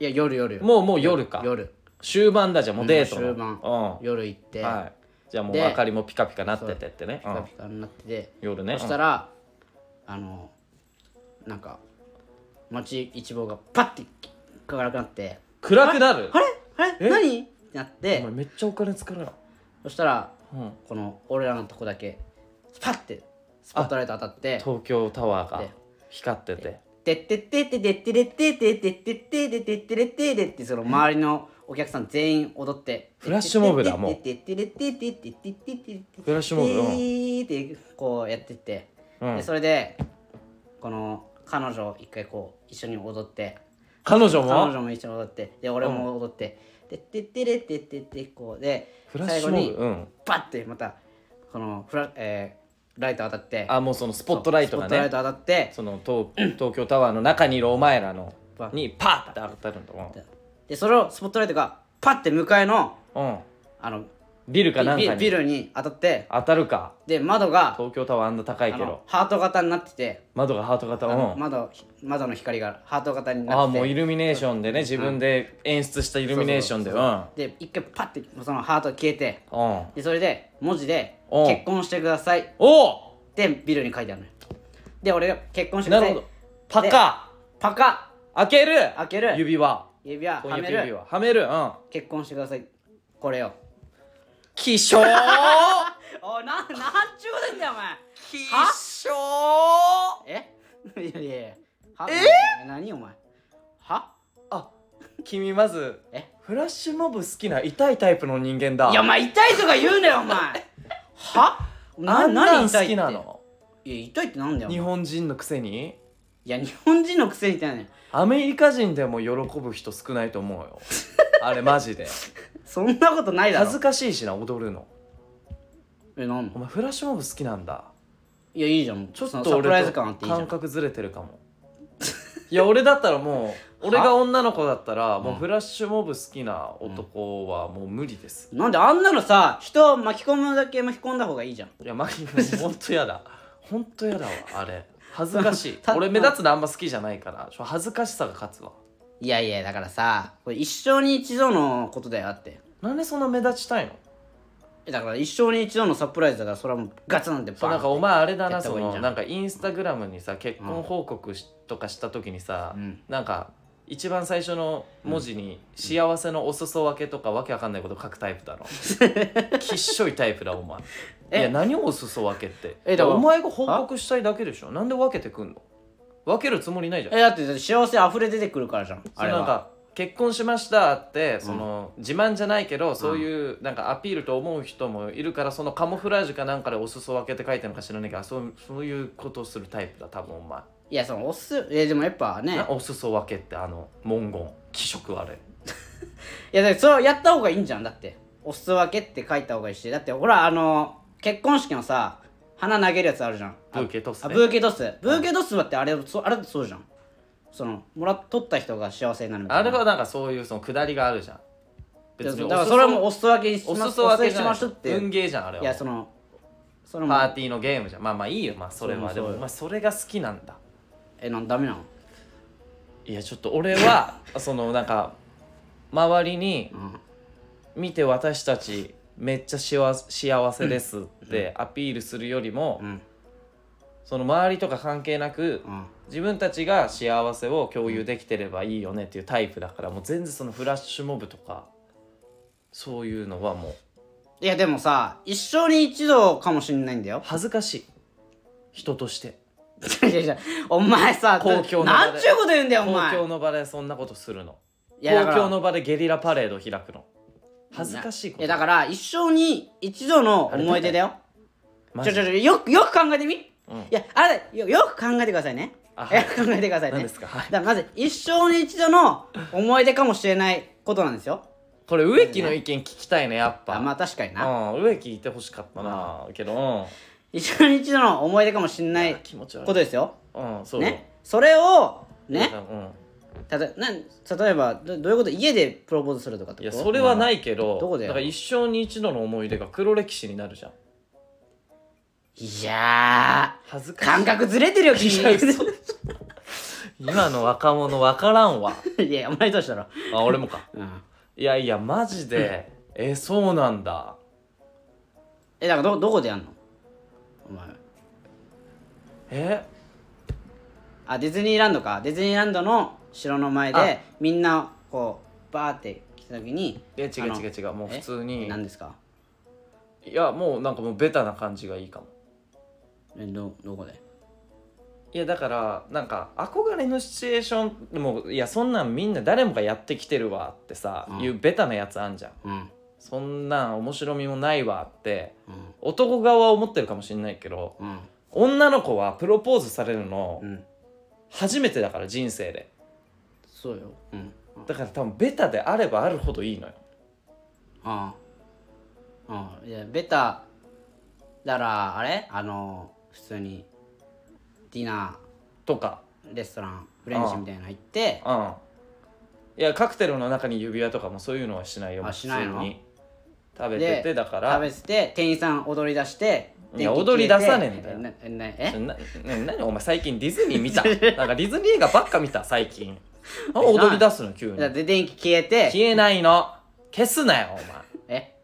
Speaker 1: いや夜夜
Speaker 2: もうもう夜か
Speaker 1: 夜
Speaker 2: 終盤だじゃあもうデート
Speaker 1: も
Speaker 2: の
Speaker 1: う終盤
Speaker 2: う
Speaker 1: 夜行って、
Speaker 2: んはいじゃあもう
Speaker 1: で
Speaker 2: 明かりもピカピカなっててってねう
Speaker 1: ピカ
Speaker 2: ん
Speaker 1: ピカになってて、
Speaker 2: 夜ね
Speaker 1: そしたら、あのなんか街一望がパッて明るくなって
Speaker 2: 暗くなる
Speaker 1: あれあれ
Speaker 2: え
Speaker 1: 何ってなって
Speaker 2: お前めっちゃお金使うな、
Speaker 1: そしたら
Speaker 2: うん、
Speaker 1: この俺らのとこだけスパッてスポットライト当たって
Speaker 2: 東京タワーが
Speaker 1: で
Speaker 2: 光ってて
Speaker 1: 「でってってってでってれってってってってってでってってれってで」ってその周りのお客さん全員踊って
Speaker 2: フラッシュモブだもう
Speaker 1: でってれってってってってってってって
Speaker 2: フラッシュモブうん
Speaker 1: ってこうやってって
Speaker 2: うん
Speaker 1: でそれでこの彼女一回こう一緒に踊って
Speaker 2: 彼女
Speaker 1: 彼
Speaker 2: も
Speaker 1: 女も一緒に踊ってで俺も踊ってでってってれってってってこうで
Speaker 2: フラッ
Speaker 1: 最
Speaker 2: シ
Speaker 1: 後
Speaker 2: ュモ
Speaker 1: に
Speaker 2: ブうん
Speaker 1: バッてまたこのフラ、えーライト当たって
Speaker 2: あもうそのスポットライトが
Speaker 1: スポットライ
Speaker 2: ね
Speaker 1: ト当たって
Speaker 2: その東東京タワーの中にいるお前らの
Speaker 1: バン
Speaker 2: にパーって当たるんだもん
Speaker 1: でそれをスポットライトがパッて向かいの
Speaker 2: うん
Speaker 1: あの
Speaker 2: ビルかなん
Speaker 1: ビ
Speaker 2: か
Speaker 1: ビ
Speaker 2: に
Speaker 1: ルに当たって
Speaker 2: 当たるか
Speaker 1: で窓が
Speaker 2: 東京タワーあんな高い
Speaker 1: あ
Speaker 2: け
Speaker 1: の
Speaker 2: ど
Speaker 1: ハート型になってて、
Speaker 2: 窓がハート型
Speaker 1: あの
Speaker 2: うん
Speaker 1: 窓窓の光がハート型に
Speaker 2: あ
Speaker 1: な
Speaker 2: あ
Speaker 1: ってて
Speaker 2: もうイルミネーションでね自分で演出したイルミネーションでう
Speaker 1: そ
Speaker 2: ん
Speaker 1: う
Speaker 2: う
Speaker 1: そうそうで一回パッてそのハート消えて
Speaker 2: ん
Speaker 1: でそれで文字で「
Speaker 2: うん
Speaker 1: 結婚してください」っ
Speaker 2: おお
Speaker 1: てビルに書いてあるのよで俺が「結婚してく
Speaker 2: な
Speaker 1: だ
Speaker 2: る
Speaker 1: さい
Speaker 2: ほどパカ」
Speaker 1: パカ
Speaker 2: 開ける
Speaker 1: 開ける
Speaker 2: 指輪
Speaker 1: 指輪は
Speaker 2: 婚
Speaker 1: め
Speaker 2: 約
Speaker 1: る
Speaker 2: 指輪はめるうん
Speaker 1: 結婚してくださいこれよ [LAUGHS]
Speaker 2: 気象
Speaker 1: おいななんちゅうこと言うんだよお前
Speaker 2: 気
Speaker 1: は
Speaker 2: 象
Speaker 1: え [LAUGHS] いやいやいやは
Speaker 2: え
Speaker 1: 何お前は
Speaker 2: あ君まず
Speaker 1: え
Speaker 2: フラッシュモブ好きな痛いタイプの人間だ
Speaker 1: いやお前痛いとか言うなよお
Speaker 2: [LAUGHS]
Speaker 1: 前は
Speaker 2: あ
Speaker 1: なん
Speaker 2: な
Speaker 1: 何
Speaker 2: ん
Speaker 1: 痛
Speaker 2: 好
Speaker 1: いって
Speaker 2: きなの
Speaker 1: いや痛いってなんだよお前
Speaker 2: 日本人のくせに
Speaker 1: いや日本人のくせに痛いのよ
Speaker 2: アメリカ人でも喜ぶ人少ないと思う
Speaker 1: [LAUGHS]
Speaker 2: よあれマジで
Speaker 1: そんなことないだろ
Speaker 2: 恥ずかしいしな踊るの
Speaker 1: えなん
Speaker 2: お
Speaker 1: の
Speaker 2: 前フラッシュモブ好きなんだ
Speaker 1: いやいいじゃん
Speaker 2: ちょっ
Speaker 1: そ
Speaker 2: と
Speaker 1: のサ
Speaker 2: 俺と
Speaker 1: プライズ感あっていいじゃ
Speaker 2: 感
Speaker 1: ん
Speaker 2: 覚ずれてるかもいや俺だったらもう俺が女の子だったらもうフラッシュモブ好きな男はもう無理です、
Speaker 1: なんであんなのさ人を巻き込むだけ巻き込んだ方がいいじゃん
Speaker 2: いやマキ君ほんとやだ [LAUGHS] ほんとやだわあれ恥ずかしい
Speaker 1: た
Speaker 2: 俺目立つのあんま好きじゃないからちょ恥ずかしさが勝つわ
Speaker 1: いやいやだからさこれ一生に一度のことだよだって
Speaker 2: なんでそんな目立ちたいの
Speaker 1: えだから一生に一度のサプライズだからそれはもうガツンって
Speaker 2: そ
Speaker 1: バ
Speaker 2: うなんか
Speaker 1: ン
Speaker 2: お前あれだ
Speaker 1: や
Speaker 2: な
Speaker 1: った方が
Speaker 2: そ
Speaker 1: いいん
Speaker 2: の
Speaker 1: じゃん
Speaker 2: なんかインスタグラムにさ結婚報告しとかした時にさ、
Speaker 1: うん
Speaker 2: なんか一番最初の文字に「幸せのお裾分け」とかわけわかんないこと書くタイ
Speaker 1: [LAUGHS]
Speaker 2: プだろきっしょいタイプだお前
Speaker 1: え
Speaker 2: いや何をお裾分けって
Speaker 1: えだから
Speaker 2: お前が報告したいだけでしょなんで分けてくんの分けるつもりないじゃん
Speaker 1: えだってだって幸せ溢れ出てくるからじゃん
Speaker 2: そ
Speaker 1: あ
Speaker 2: う
Speaker 1: れ
Speaker 2: なん
Speaker 1: は
Speaker 2: か結婚しましたってその、自慢じゃないけどそういうなんかアピールと思う人もいるからそのカモフラージュかなんかでお裾分けって書いてるのか知らないけどそうそういうことをするタイプだ多分お前、
Speaker 1: いやそのおすえでもやっぱね
Speaker 2: なお裾分けってあの文言気色悪い
Speaker 1: いやだってそれをやった方がいいんじゃんだってお裾分けって書いた方がいいしだってほらあの結婚式のさ花投げるやつあるじゃんあ
Speaker 2: ブーケトス
Speaker 1: あ
Speaker 2: ね
Speaker 1: ブーケトスブーケトスだってあれそあれってそうじゃんそのもらっ取った人が幸せになるみたい
Speaker 2: あ
Speaker 1: な
Speaker 2: れはなんかそういうその下りがあるじゃん
Speaker 1: だ
Speaker 2: 別にお
Speaker 1: から
Speaker 2: 裾
Speaker 1: それはもうお裾分けにし
Speaker 2: お
Speaker 1: ます
Speaker 2: 裾分
Speaker 1: お
Speaker 2: け
Speaker 1: 裾分け
Speaker 2: じ
Speaker 1: し
Speaker 2: ゃ
Speaker 1: ましょうっていう
Speaker 2: 運ゲーじゃんあれはい
Speaker 1: やそのそれ
Speaker 2: パ
Speaker 1: も
Speaker 2: ーティーのゲームじゃんまあまあいいよまあそれは
Speaker 1: そうそう
Speaker 2: でもまあそれが好きなんだ
Speaker 1: えなんダメなの
Speaker 2: いやちょっと俺
Speaker 1: [LAUGHS]
Speaker 2: はそのなんか周りに
Speaker 1: ん
Speaker 2: 見て私たちめっちゃ幸せ幸せですってアピールするよりも、
Speaker 1: うん
Speaker 2: その周りとか関係なく
Speaker 1: うん
Speaker 2: 自分たちが幸せを共有できてればいいよねっていうタイプだからもう全然そのフラッシュモブとかそういうのはもう
Speaker 1: いやでもさ一生に一度かもしんないんだよ [LAUGHS]
Speaker 2: 恥ずかしい人として
Speaker 1: いやいやお前さ
Speaker 2: 公共の場
Speaker 1: な
Speaker 2: で
Speaker 1: んちゅうこと言うんだよお
Speaker 2: 公
Speaker 1: 前
Speaker 2: 共の場でそんなことするの
Speaker 1: い
Speaker 2: 公
Speaker 1: やだから
Speaker 2: 共の場でゲリラパレード開くの恥ずかしいこ
Speaker 1: や
Speaker 2: と
Speaker 1: だから一生に一度の思い出だよ
Speaker 2: マ
Speaker 1: ちょ
Speaker 2: ジ
Speaker 1: ちょち
Speaker 2: で
Speaker 1: ょよくよく考えてみ、
Speaker 2: うん
Speaker 1: いやあれよよく考えてくださいね
Speaker 2: あ
Speaker 1: よく考えてくださいね
Speaker 2: 何ですか [LAUGHS] はい
Speaker 1: だからまず一生に一度の思い出かもしれないことなんですよ
Speaker 2: これ植木の意見聞きたいねやっぱ
Speaker 1: あまあ確かにな、
Speaker 2: うん、植木いてほしかったな、けど、うん
Speaker 1: 一生に一度の思い出かもしれない
Speaker 2: 気持ち悪い
Speaker 1: ことですよ
Speaker 2: うんそうよ
Speaker 1: ねそれをね
Speaker 2: うん
Speaker 1: たとなん例えばどどういうこと家でプロポーズするとかってこ
Speaker 2: いや
Speaker 1: と
Speaker 2: それはないけど,、
Speaker 1: どこでや
Speaker 2: だ
Speaker 1: る
Speaker 2: から一生に一度の思い出が黒歴史になるじゃん
Speaker 1: いや
Speaker 2: 恥ず
Speaker 1: ー
Speaker 2: かしい
Speaker 1: 感覚ずれてるよ君
Speaker 2: いや嘘今の若者分からんわ
Speaker 1: [LAUGHS] いやお前どうしたの、
Speaker 2: あ俺もか
Speaker 1: うん、
Speaker 2: いやいやマジでえそうなんだ
Speaker 1: えだからどどこでやんのお前
Speaker 2: え
Speaker 1: あディズニーランドかディズニーランドの城の前でみんなこうバーって来た時に
Speaker 2: いや違う違う違うもう普通に
Speaker 1: 何ですか
Speaker 2: いやもうなんかもうベタな感じがいいかも
Speaker 1: えどどこで
Speaker 2: いやだからなんか憧れのシチュエーションでもいやそんなんみんな誰もがやってきてるわってさ、
Speaker 1: うん
Speaker 2: いうベタなやつあんじゃん
Speaker 1: うんうん
Speaker 2: そんなん面白みもないわって男側は思ってるかもしれないけど
Speaker 1: うん
Speaker 2: 女の子はプロポーズされるの
Speaker 1: うん
Speaker 2: 初めてだから人生で
Speaker 1: そうようん
Speaker 2: だから多分ベタであればあるほどいいのよ
Speaker 1: ああうんいやベタだからあれあの普通にディナ
Speaker 2: とか
Speaker 1: ーレストランフレンチみたいなの行って
Speaker 2: うんいやカクテルの中に指輪とかもそういうのはしないよ
Speaker 1: あしないの
Speaker 2: 普通に食べててだから
Speaker 1: 食べてて店員さん踊り出して
Speaker 2: いや
Speaker 1: 電気消えて
Speaker 2: 踊り出さねえんだよ
Speaker 1: なえなえ
Speaker 2: なな何お前最近ディズニー見た
Speaker 1: [LAUGHS]
Speaker 2: なんかディズニー映画ばっか見た最近あ
Speaker 1: えな
Speaker 2: 踊り出すの急に
Speaker 1: だって電気消えて
Speaker 2: 消えないの消すなよお前
Speaker 1: え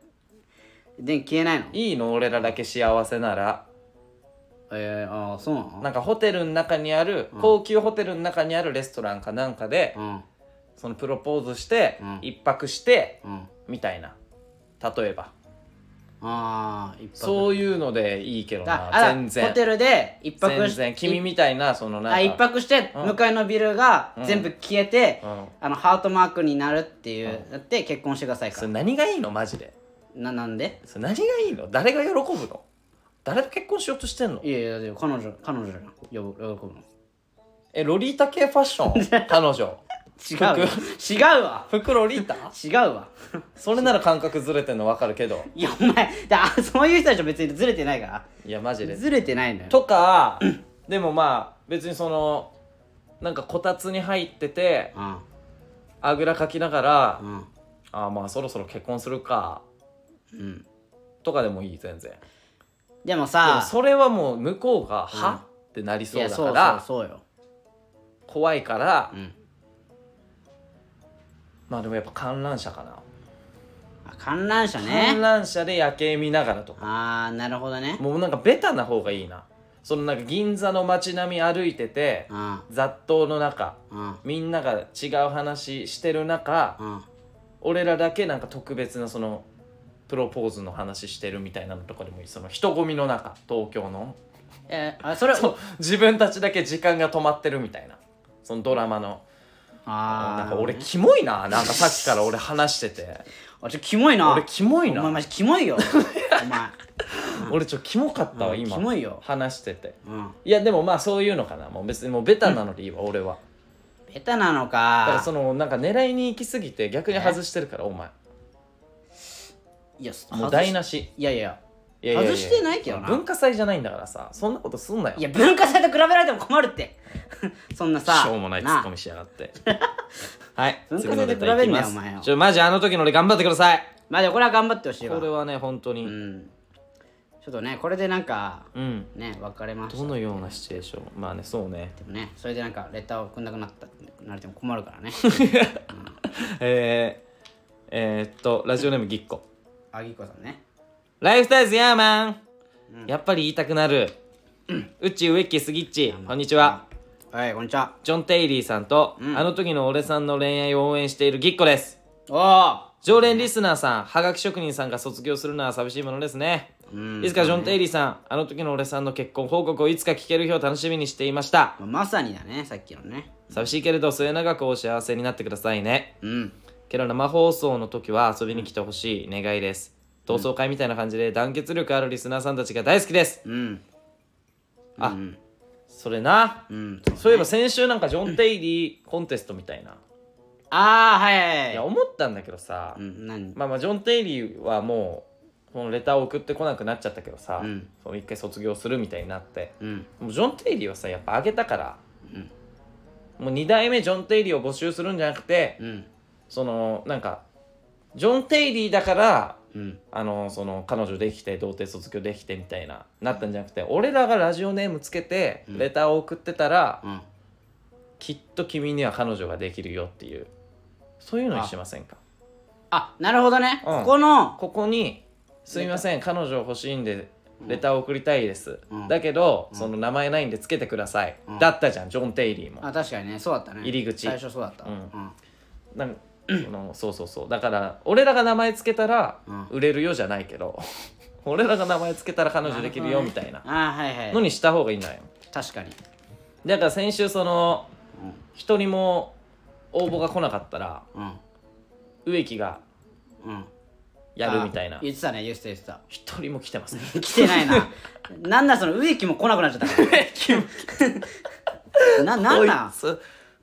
Speaker 1: 電気消えないの
Speaker 2: いいの俺らだけ幸せなら
Speaker 1: えー、ああそうなの
Speaker 2: なんかホテルの中にある高級ホテルの中にあるレストランかなんかで
Speaker 1: うん
Speaker 2: そのプロポーズして
Speaker 1: うん
Speaker 2: 一泊して
Speaker 1: うん
Speaker 2: みたいな例えば
Speaker 1: ああ一泊
Speaker 2: そういうのでいいけど
Speaker 1: だ
Speaker 2: な
Speaker 1: あ
Speaker 2: 全然
Speaker 1: ホテルで一泊
Speaker 2: 全
Speaker 1: し
Speaker 2: 然
Speaker 1: て
Speaker 2: 君みたいなそのなんか
Speaker 1: あ一泊して
Speaker 2: うん
Speaker 1: 向かいのビルが
Speaker 2: うん
Speaker 1: 全部消えて、
Speaker 2: うん
Speaker 1: あのハートマークになるっていう、だって結婚してくださいか
Speaker 2: それ
Speaker 1: ら
Speaker 2: 何がいいのマジで
Speaker 1: ななんで
Speaker 2: それ何がいいの誰が喜ぶの誰と結婚しようとしてんの
Speaker 1: いやいやいや彼女彼女じゃんよ喜ぶの
Speaker 2: えロリータ系ファッ
Speaker 1: [LAUGHS]
Speaker 2: ション彼女
Speaker 1: 違うよ違うわ
Speaker 2: 服ロリータ
Speaker 1: 違うわ
Speaker 2: それなら感覚ずれてんの分かるけど
Speaker 1: いやお前だあそういう人たちは別にずれてないか
Speaker 2: いやマジ
Speaker 1: ら
Speaker 2: で
Speaker 1: ずれてないのよ
Speaker 2: とかでもまあ別にそのなんかこたつに入ってて
Speaker 1: うん
Speaker 2: あぐらかきながら
Speaker 1: うん
Speaker 2: あーまあそろそろ結婚するか
Speaker 1: うん
Speaker 2: とかでもいい全然で
Speaker 1: でも
Speaker 2: も
Speaker 1: さ
Speaker 2: それはもう向こうが「は?」ってなり
Speaker 1: い
Speaker 2: そう
Speaker 1: や
Speaker 2: だ
Speaker 1: そう
Speaker 2: か
Speaker 1: そうそ
Speaker 2: ら
Speaker 1: うよ
Speaker 2: 怖いから
Speaker 1: うん
Speaker 2: まあでもやっぱ観覧車かな
Speaker 1: あ観覧車
Speaker 2: 観
Speaker 1: ね
Speaker 2: 覧車で夜景見ながらとか
Speaker 1: ああなるほどね
Speaker 2: もうなんかベタな方がいいなそのなんか銀座の街並み歩いてて
Speaker 1: うん
Speaker 2: 雑踏の中
Speaker 1: うん
Speaker 2: みんなが違う話してる中
Speaker 1: うん
Speaker 2: 俺らだけなんか特別なそのプロポーズの話してるみたいなのとかでもいいその人混みの中東京の
Speaker 1: えーあそれ
Speaker 2: そう自分たちだけ時間が止まってるみたいなそのドラマの
Speaker 1: あ
Speaker 2: な
Speaker 1: ー
Speaker 2: んか俺キモいななんかさっきから俺話してて
Speaker 1: あちょキモいな
Speaker 2: 俺キモい
Speaker 1: お前
Speaker 2: な
Speaker 1: マジキモい
Speaker 2: [LAUGHS]
Speaker 1: よお前
Speaker 2: 俺ちょっとキモかったわ
Speaker 1: うん
Speaker 2: 今
Speaker 1: キモいよ
Speaker 2: 話してて
Speaker 1: うん
Speaker 2: いやでもまあそういうのかなもう別にもうベタなのでいいわ俺は
Speaker 1: ベタなの
Speaker 2: だから
Speaker 1: か
Speaker 2: そのなんか狙いに行きすぎて逆に外してるからお前
Speaker 1: いや
Speaker 2: も
Speaker 1: 外し
Speaker 2: う台無し
Speaker 1: いやいや
Speaker 2: いやいやいや
Speaker 1: 外してないけどな
Speaker 2: 文化祭じゃないんだからさそんなことすんなよ
Speaker 1: いや文化祭と比べられても困るって [LAUGHS] そんなさ
Speaker 2: しょうもないツッコミしやがって
Speaker 1: [LAUGHS]
Speaker 2: はい
Speaker 1: 文化
Speaker 2: 次
Speaker 1: 祭
Speaker 2: の
Speaker 1: で
Speaker 2: ネ
Speaker 1: 比
Speaker 2: タ
Speaker 1: べんなよ
Speaker 2: いきます
Speaker 1: お前よ
Speaker 2: ちょマジあの時の俺頑張ってください
Speaker 1: まあでもこれは頑張ってほしいわ
Speaker 2: これはね本当に
Speaker 1: う
Speaker 2: うん、
Speaker 1: んちょっとねこれでなんかね別れました
Speaker 2: どのようなシチュエーションまあねそうね
Speaker 1: でもねそれでなんかレターを送んなくなったなれても困る
Speaker 2: [LAUGHS]
Speaker 1: からね
Speaker 2: えー、えー、っとラジオネームぎっこ
Speaker 1: あぎこさんね
Speaker 2: ライフサイズヤーマン、やっぱり言いたくなるうっちウエッキースギッチこんにちは
Speaker 1: はいこんにちは
Speaker 2: ジョン・テイリーさんと、あの時の俺さんの恋愛を応援しているぎっこです
Speaker 1: おお
Speaker 2: 常連リスナーさん、はがき職人さんが卒業するのは寂しいものですね。いつかジョン・テイリーさん、あの時の俺さんの結婚報告をいつか聞ける日を楽しみにしていました。
Speaker 1: まさにだねさっきのね
Speaker 2: 寂しいけれど末永くお幸せになってくださいね。
Speaker 1: うん
Speaker 2: けど生放送の時は遊びに来てほしい願いです。同窓会みたいな感じで団結力あるリスナーさんたちが大好きです。
Speaker 1: うん
Speaker 2: あ
Speaker 1: うん
Speaker 2: それな。
Speaker 1: うん
Speaker 2: そういえば先週なんかジョン・テイリーコンテストみたいな。
Speaker 1: ああはいはいい
Speaker 2: や、
Speaker 1: はい
Speaker 2: 思ったんだけどさ
Speaker 1: う、ん何
Speaker 2: まあまあジョン・テイリーはもうこのレターを送ってこなくなっちゃったけどさ、
Speaker 1: うん
Speaker 2: その一回卒業するみたいになって
Speaker 1: うん
Speaker 2: もうジョン・テイリーはさやっぱあげたから、
Speaker 1: うん
Speaker 2: もう2代目ジョン・テイリーを募集するんじゃなくて、
Speaker 1: うん
Speaker 2: そのなんかジョン・テイリーだから
Speaker 1: うん
Speaker 2: あのその彼女できて童貞卒業できてみたいななったんじゃなくて俺らがラジオネームつけて
Speaker 1: うん
Speaker 2: レターを送ってたら、
Speaker 1: うん
Speaker 2: きっと君には彼女ができるよっていうそういうのにしませんか
Speaker 1: あなるほどね、
Speaker 2: うん
Speaker 1: ここの
Speaker 2: ここに「すみません彼女欲しいんでレターを送りたいです」
Speaker 1: うん
Speaker 2: だけど、その名前ないんでつけてください」
Speaker 1: うん
Speaker 2: だったじゃんジョン・テイリーも
Speaker 1: あ確かにねそうだったね
Speaker 2: 入り口
Speaker 1: 最初そうだった
Speaker 2: うん
Speaker 1: うん
Speaker 2: なんそのそうそうそうだから俺らが名前つけたら
Speaker 1: うん
Speaker 2: 売れるよじゃない
Speaker 1: [LAUGHS]
Speaker 2: けど俺らが名前つけたら彼女できるよみたいな
Speaker 1: あーはいは
Speaker 2: の
Speaker 1: い
Speaker 2: にした方がいいんだよ
Speaker 1: 確かに
Speaker 2: だから先週その一人も応募が来なかったら
Speaker 1: うん
Speaker 2: 植木が
Speaker 1: うん
Speaker 2: やるみたいな
Speaker 1: あ言ってたね言ってた言ってた
Speaker 2: 一人も来てません
Speaker 1: 来てないな [LAUGHS] なんだその植木も来なくなっちゃったか
Speaker 2: 植木も
Speaker 1: ら [LAUGHS] ななん
Speaker 2: こい
Speaker 1: な
Speaker 2: つ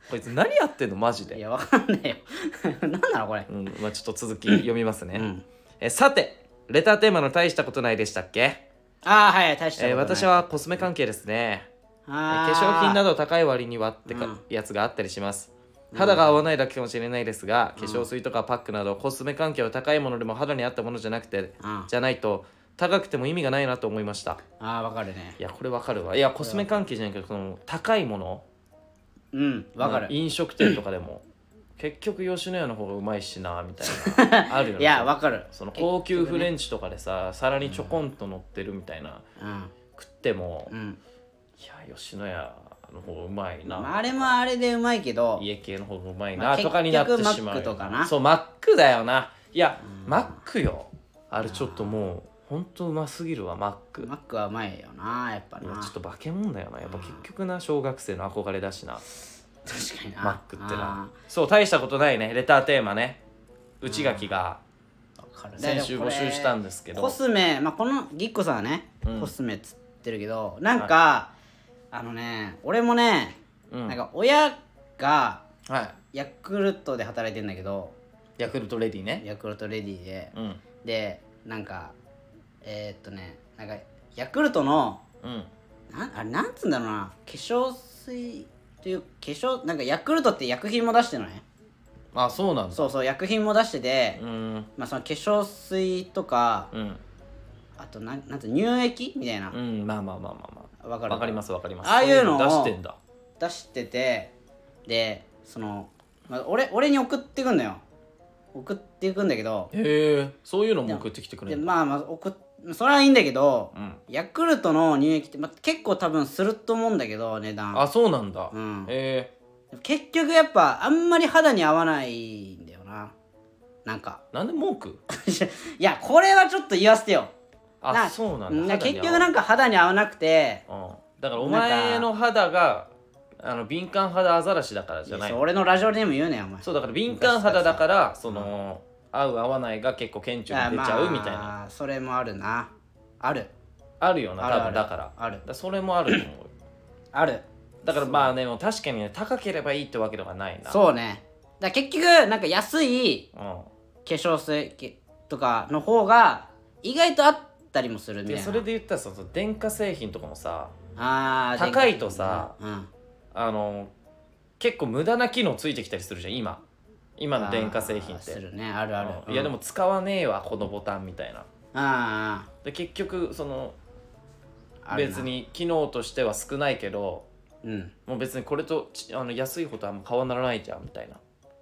Speaker 2: こいつ何やってんのマジ
Speaker 1: んい
Speaker 2: で、
Speaker 1: やわかんないよ [LAUGHS] なんなのこれ
Speaker 2: うんまあ、ちょっと続き読みますね、
Speaker 1: ん
Speaker 2: えさてレターテーマの大したことないでしたっけ、
Speaker 1: ああはい大したこと
Speaker 2: えー
Speaker 1: ない
Speaker 2: 私はコスメ関係ですねえ
Speaker 1: あ
Speaker 2: 化
Speaker 1: ー
Speaker 2: 粧品など高い割にはってか、
Speaker 1: うん
Speaker 2: やつがあったりします肌が合わないだけかもしれないですが、化粧水とかパックなどコスメ関係は高いものでも肌に合ったものじゃなくて、
Speaker 1: うん
Speaker 2: じゃないと高くても意味がないなと思いました
Speaker 1: ああわかるね
Speaker 2: いやこれわかるわいやコスメ関係じゃないけどその高いもの
Speaker 1: うんわか
Speaker 2: まあ
Speaker 1: る
Speaker 2: 飲食店とかでも結局吉野家の方がうまいしなみたいなあるよね
Speaker 1: [LAUGHS] いやわかる
Speaker 2: その高級フレンチとかでさ皿にちょこんと乗ってるみたいな、
Speaker 1: うん
Speaker 2: 食っても、
Speaker 1: う
Speaker 2: い
Speaker 1: ん
Speaker 2: や吉野家の方がうまいな、
Speaker 1: まああれもあれでうまいけど
Speaker 2: 家系の方がうまい
Speaker 1: まあ
Speaker 2: なとかになってしまうよ、
Speaker 1: 結局マックとかな
Speaker 2: そうマックだよないや、マックよあれちょっともうほんとうますぎるわマック
Speaker 1: マックはうまいよなやっぱ
Speaker 2: い
Speaker 1: な
Speaker 2: やちょっ
Speaker 1: 確
Speaker 2: と化け物だよなやっぱ結局な小学生の憧れだしな
Speaker 1: かにな
Speaker 2: マックって
Speaker 1: あ
Speaker 2: なそう大したことないねレターテーマね内垣が
Speaker 1: ーわかる
Speaker 2: 先週
Speaker 1: でも
Speaker 2: 募
Speaker 1: これ
Speaker 2: 集したんですけ
Speaker 1: コ
Speaker 2: ど
Speaker 1: スメまあこのぎっこさんはね、
Speaker 2: ん
Speaker 1: コスメっつってるけどなんか、あのね俺もね、
Speaker 2: うん
Speaker 1: なんか親が
Speaker 2: はい
Speaker 1: ヤクルトで働いてんだけど
Speaker 2: ヤクルトレディね
Speaker 1: ヤクルトレディで、
Speaker 2: うん
Speaker 1: でなんかえーっとねなんかヤクルトの
Speaker 2: うん
Speaker 1: なんあれなんつうんだろうな化粧水という化粧なんかヤクルトって薬品も出してるのね
Speaker 2: あそうなんだ
Speaker 1: そうそう薬品も出してて、
Speaker 2: うん
Speaker 1: まあその化粧水とか
Speaker 2: うん
Speaker 1: あとなんなんつう乳液みたいな
Speaker 2: うんまあまあまあまあま
Speaker 1: わ
Speaker 2: あ
Speaker 1: かる
Speaker 2: わかりますわかります
Speaker 1: ああいうのを
Speaker 2: そ出してんだ
Speaker 1: 出しててでその、まあ、俺俺に送ってくんのよ送っていくんだけど
Speaker 2: へえそういうのも送ってきてくれ
Speaker 1: で
Speaker 2: る
Speaker 1: まあまあ送っそれはいいんだけど、
Speaker 2: うん
Speaker 1: ヤクルトの乳液って、まあ、結構多分すると思うんだけど値段
Speaker 2: あそうなんだ
Speaker 1: うん
Speaker 2: へえ
Speaker 1: 結局やっぱあんまり肌に合わないんだよななんか [LAUGHS]
Speaker 2: なんで文句
Speaker 1: いやこれはちょっと言わせてよ
Speaker 2: あそうなんだ
Speaker 1: 結
Speaker 2: 肌に合
Speaker 1: 局な
Speaker 2: わない
Speaker 1: んか肌に合わなくて
Speaker 2: うんだからお
Speaker 1: な
Speaker 2: 前
Speaker 1: んか
Speaker 2: の肌があの敏感肌アザラシだからじゃない
Speaker 1: そう俺のラジオでも言うねお前
Speaker 2: そうだから敏感肌だからその合う合わないが結構顕著
Speaker 1: あ
Speaker 2: に出ちゃうみたいな、あ
Speaker 1: まあそれもあるなある
Speaker 2: るよな
Speaker 1: ある
Speaker 2: 多
Speaker 1: あ
Speaker 2: 分
Speaker 1: る
Speaker 2: だからだか
Speaker 1: ある
Speaker 2: らそれもあると思うよ
Speaker 1: ある
Speaker 2: だからまあねでも確かにね高ければいいってわけではないなう、
Speaker 1: そうねだから結局なんか安い
Speaker 2: ん、
Speaker 1: 化粧水けとかの方が意外とあったりもするみたい
Speaker 2: で
Speaker 1: な
Speaker 2: それで言ったらその電化製品とかもさ
Speaker 1: あー
Speaker 2: 高いとさ
Speaker 1: でうん
Speaker 2: あの結構無駄な機能ついてきたりするじゃん今今の電化製品っ
Speaker 1: あーす
Speaker 2: て、
Speaker 1: るねあるある、
Speaker 2: うんいやで
Speaker 1: も
Speaker 2: も使わねえわこのボタンみたいな
Speaker 1: あー
Speaker 2: で結局その
Speaker 1: あーあるな
Speaker 2: 別に機能としては少ないけど
Speaker 1: うん
Speaker 2: もう別にこれとちあの安いことあんま変わらないじゃんみたいな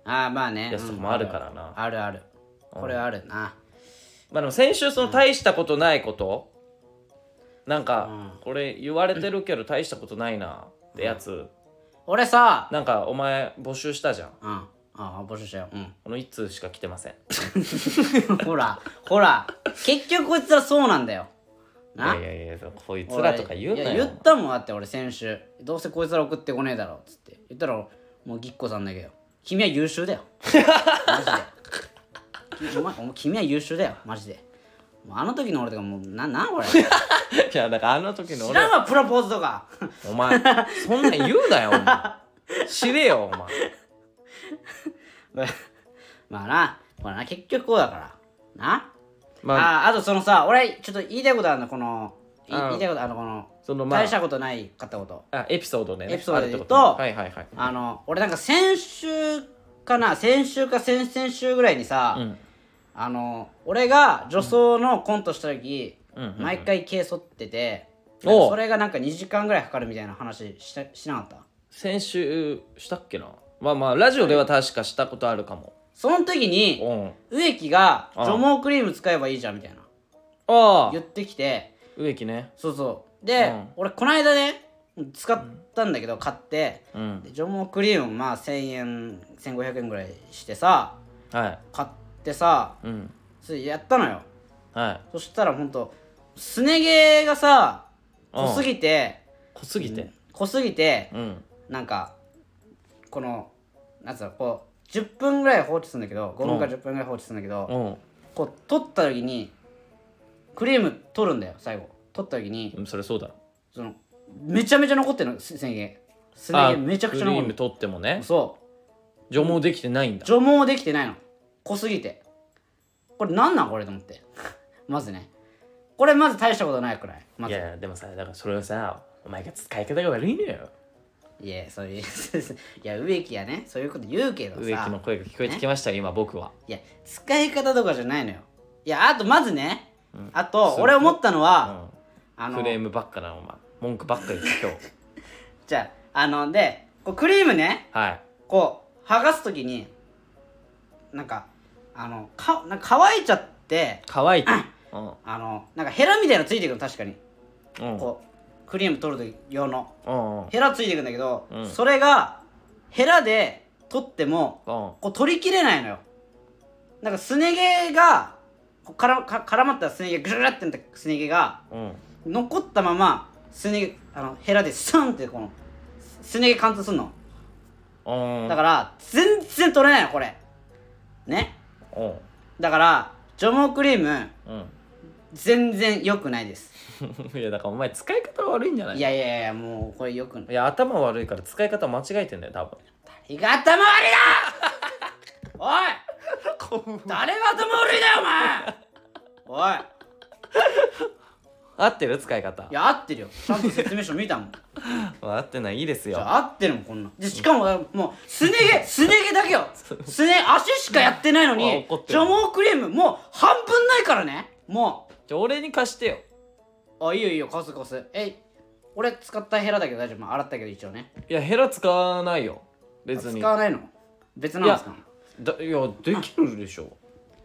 Speaker 1: ああまあね
Speaker 2: やつとかもあるからな、
Speaker 1: あるあるこれはあるな
Speaker 2: まあでも先週その大したことないこと、なんかこれ言われてるけど大したことないなってやつ、
Speaker 1: 俺さ
Speaker 2: なんかお前募集したじゃん
Speaker 1: うんああ募集したようん
Speaker 2: この1通しか来てません
Speaker 1: [LAUGHS] ほらほら結局こいつらそうなんだよ
Speaker 2: い
Speaker 1: な
Speaker 2: やいやいやこいつらとか言う
Speaker 1: い
Speaker 2: な
Speaker 1: や
Speaker 2: よ
Speaker 1: 言ったもんだって俺先週どうせこいつら送ってこねえだろっつって言ったらもうぎっこさんだけど君は優秀だよマジでお前お前君は優秀だよマジでもうあの時の俺とかもうななんこれ知
Speaker 2: いやだからあの時 [LAUGHS] の俺
Speaker 1: らんわプロポーズとか
Speaker 2: お前そんなん言うなよお
Speaker 1: [LAUGHS]
Speaker 2: 前知れよお前
Speaker 1: まあなこれな結局こうだからな
Speaker 2: ま
Speaker 1: あ
Speaker 2: あ
Speaker 1: ーあとそのさ俺ちょっと言いたいことあるのこのい
Speaker 2: うん
Speaker 1: 言いたいことあるのこの
Speaker 2: そのまあ
Speaker 1: 大したことないかったこと
Speaker 2: あエピソードね
Speaker 1: エピソードで言うと
Speaker 2: あるってことねはいはいはい
Speaker 1: あの俺なんか先週かな先週か先々週ぐらいにさ、
Speaker 2: うん
Speaker 1: あの俺が女装のコントした時、
Speaker 2: うんうんうん
Speaker 1: 毎回毛剃ってて、
Speaker 2: おう
Speaker 1: なんかそれがなんか2時間ぐらいかかるみたいな話したしなかった
Speaker 2: 先週したっけなまあまあラジオでは確かしたことあるかも
Speaker 1: その時に
Speaker 2: うん
Speaker 1: 植木が
Speaker 2: うん
Speaker 1: 除毛クリーム使えばいいじゃんみたいな
Speaker 2: ああ
Speaker 1: 言ってきて
Speaker 2: 植木ね
Speaker 1: そうそうで、
Speaker 2: うん
Speaker 1: 俺この間ね使ったんだけど買って
Speaker 2: うん
Speaker 1: で除毛クリームもまあ1000円1500円ぐらいしてさ
Speaker 2: はい
Speaker 1: 買ってさ
Speaker 2: うん
Speaker 1: それやったのよ
Speaker 2: はい
Speaker 1: そしたらほんとすね毛がさ濃すぎて
Speaker 2: 濃すぎて
Speaker 1: 濃すぎて
Speaker 2: うん
Speaker 1: なんかこのなんつうのこう10分ぐらい放置するんだけど5分か10分ぐらい放置するんだけど、
Speaker 2: うん
Speaker 1: こう取った時にクリーム取るんだよ最後取った時に
Speaker 2: うんそれそうだろ
Speaker 1: そのめちゃめちゃ残ってるのすすね毛すね
Speaker 2: あ
Speaker 1: 毛めちゃくちゃ
Speaker 2: クリ
Speaker 1: 残
Speaker 2: ーム
Speaker 1: る
Speaker 2: 取ってもね
Speaker 1: そ
Speaker 2: 除毛できてないん
Speaker 1: う
Speaker 2: だ
Speaker 1: 除毛できてないの濃すぎてこれなんなんこれと思って [LAUGHS] まずねこれまず大したことないくらいま
Speaker 2: い
Speaker 1: ず
Speaker 2: やいやでもさだからそれをさお前が使い方が悪いのよ
Speaker 1: いやそう [LAUGHS] いういや植木やねそういうこと言うけどさ
Speaker 2: 植木の声が聞こえてきましたよ今僕はい
Speaker 1: や使い方とかじゃないのよいやあとまずね、あと
Speaker 2: そう
Speaker 1: 俺思ったの
Speaker 2: う
Speaker 1: は、
Speaker 2: ん
Speaker 1: あ
Speaker 2: ク
Speaker 1: の
Speaker 2: レームばっかなお前文句ばっかりです今日
Speaker 1: じゃああのでこうクリームね
Speaker 2: はい
Speaker 1: こう剥がす時になんかあのかなんか乾いちゃって
Speaker 2: 乾いてうん
Speaker 1: あのなんかヘラみたいなのついてくるの確かに
Speaker 2: うん
Speaker 1: こうクリーム取る時用の
Speaker 2: うんうん
Speaker 1: ヘラついてくるんだけど、
Speaker 2: うん
Speaker 1: それがヘラで取っても
Speaker 2: うん
Speaker 1: こう取りきれないのよなんかすね毛がこうからか絡まったすね毛がぐるぐるってなったすね毛が
Speaker 2: うん
Speaker 1: 残ったまますね毛あのヘラでスンってこのすすね毛貫通すんの
Speaker 2: うん
Speaker 1: だから全然取れないのこれね
Speaker 2: うん
Speaker 1: だから除毛クリーム
Speaker 2: う
Speaker 1: 全然良くないです
Speaker 2: んいやだからお前使い方悪いんじゃない
Speaker 1: いやいやいやもうこれ良くない
Speaker 2: いや頭悪いから使い方間違えてんだよ多分
Speaker 1: 誰が頭悪いだおい誰が頭悪いだよお前おい
Speaker 2: 合ってる使い方
Speaker 1: いや合ってるよちゃんと説明書見たもん
Speaker 2: 合ってないいいです
Speaker 1: じ
Speaker 2: よ
Speaker 1: ゃあ合ってるもんこんなんでしかももうすね
Speaker 2: [LAUGHS]
Speaker 1: 毛すね毛だけよすね足しかやってないの
Speaker 2: あ
Speaker 1: に
Speaker 2: 怒ってる
Speaker 1: 除毛クリームもう半分ないからねも
Speaker 2: じゃあ俺に貸してよ
Speaker 1: うあいいよいいよカスカスえい俺使ったヘラだけど大丈夫まあ洗ったけど一応ね
Speaker 2: いやヘラ使わないよ別に
Speaker 1: 使わないの別なんですか
Speaker 2: だいやできるでしょ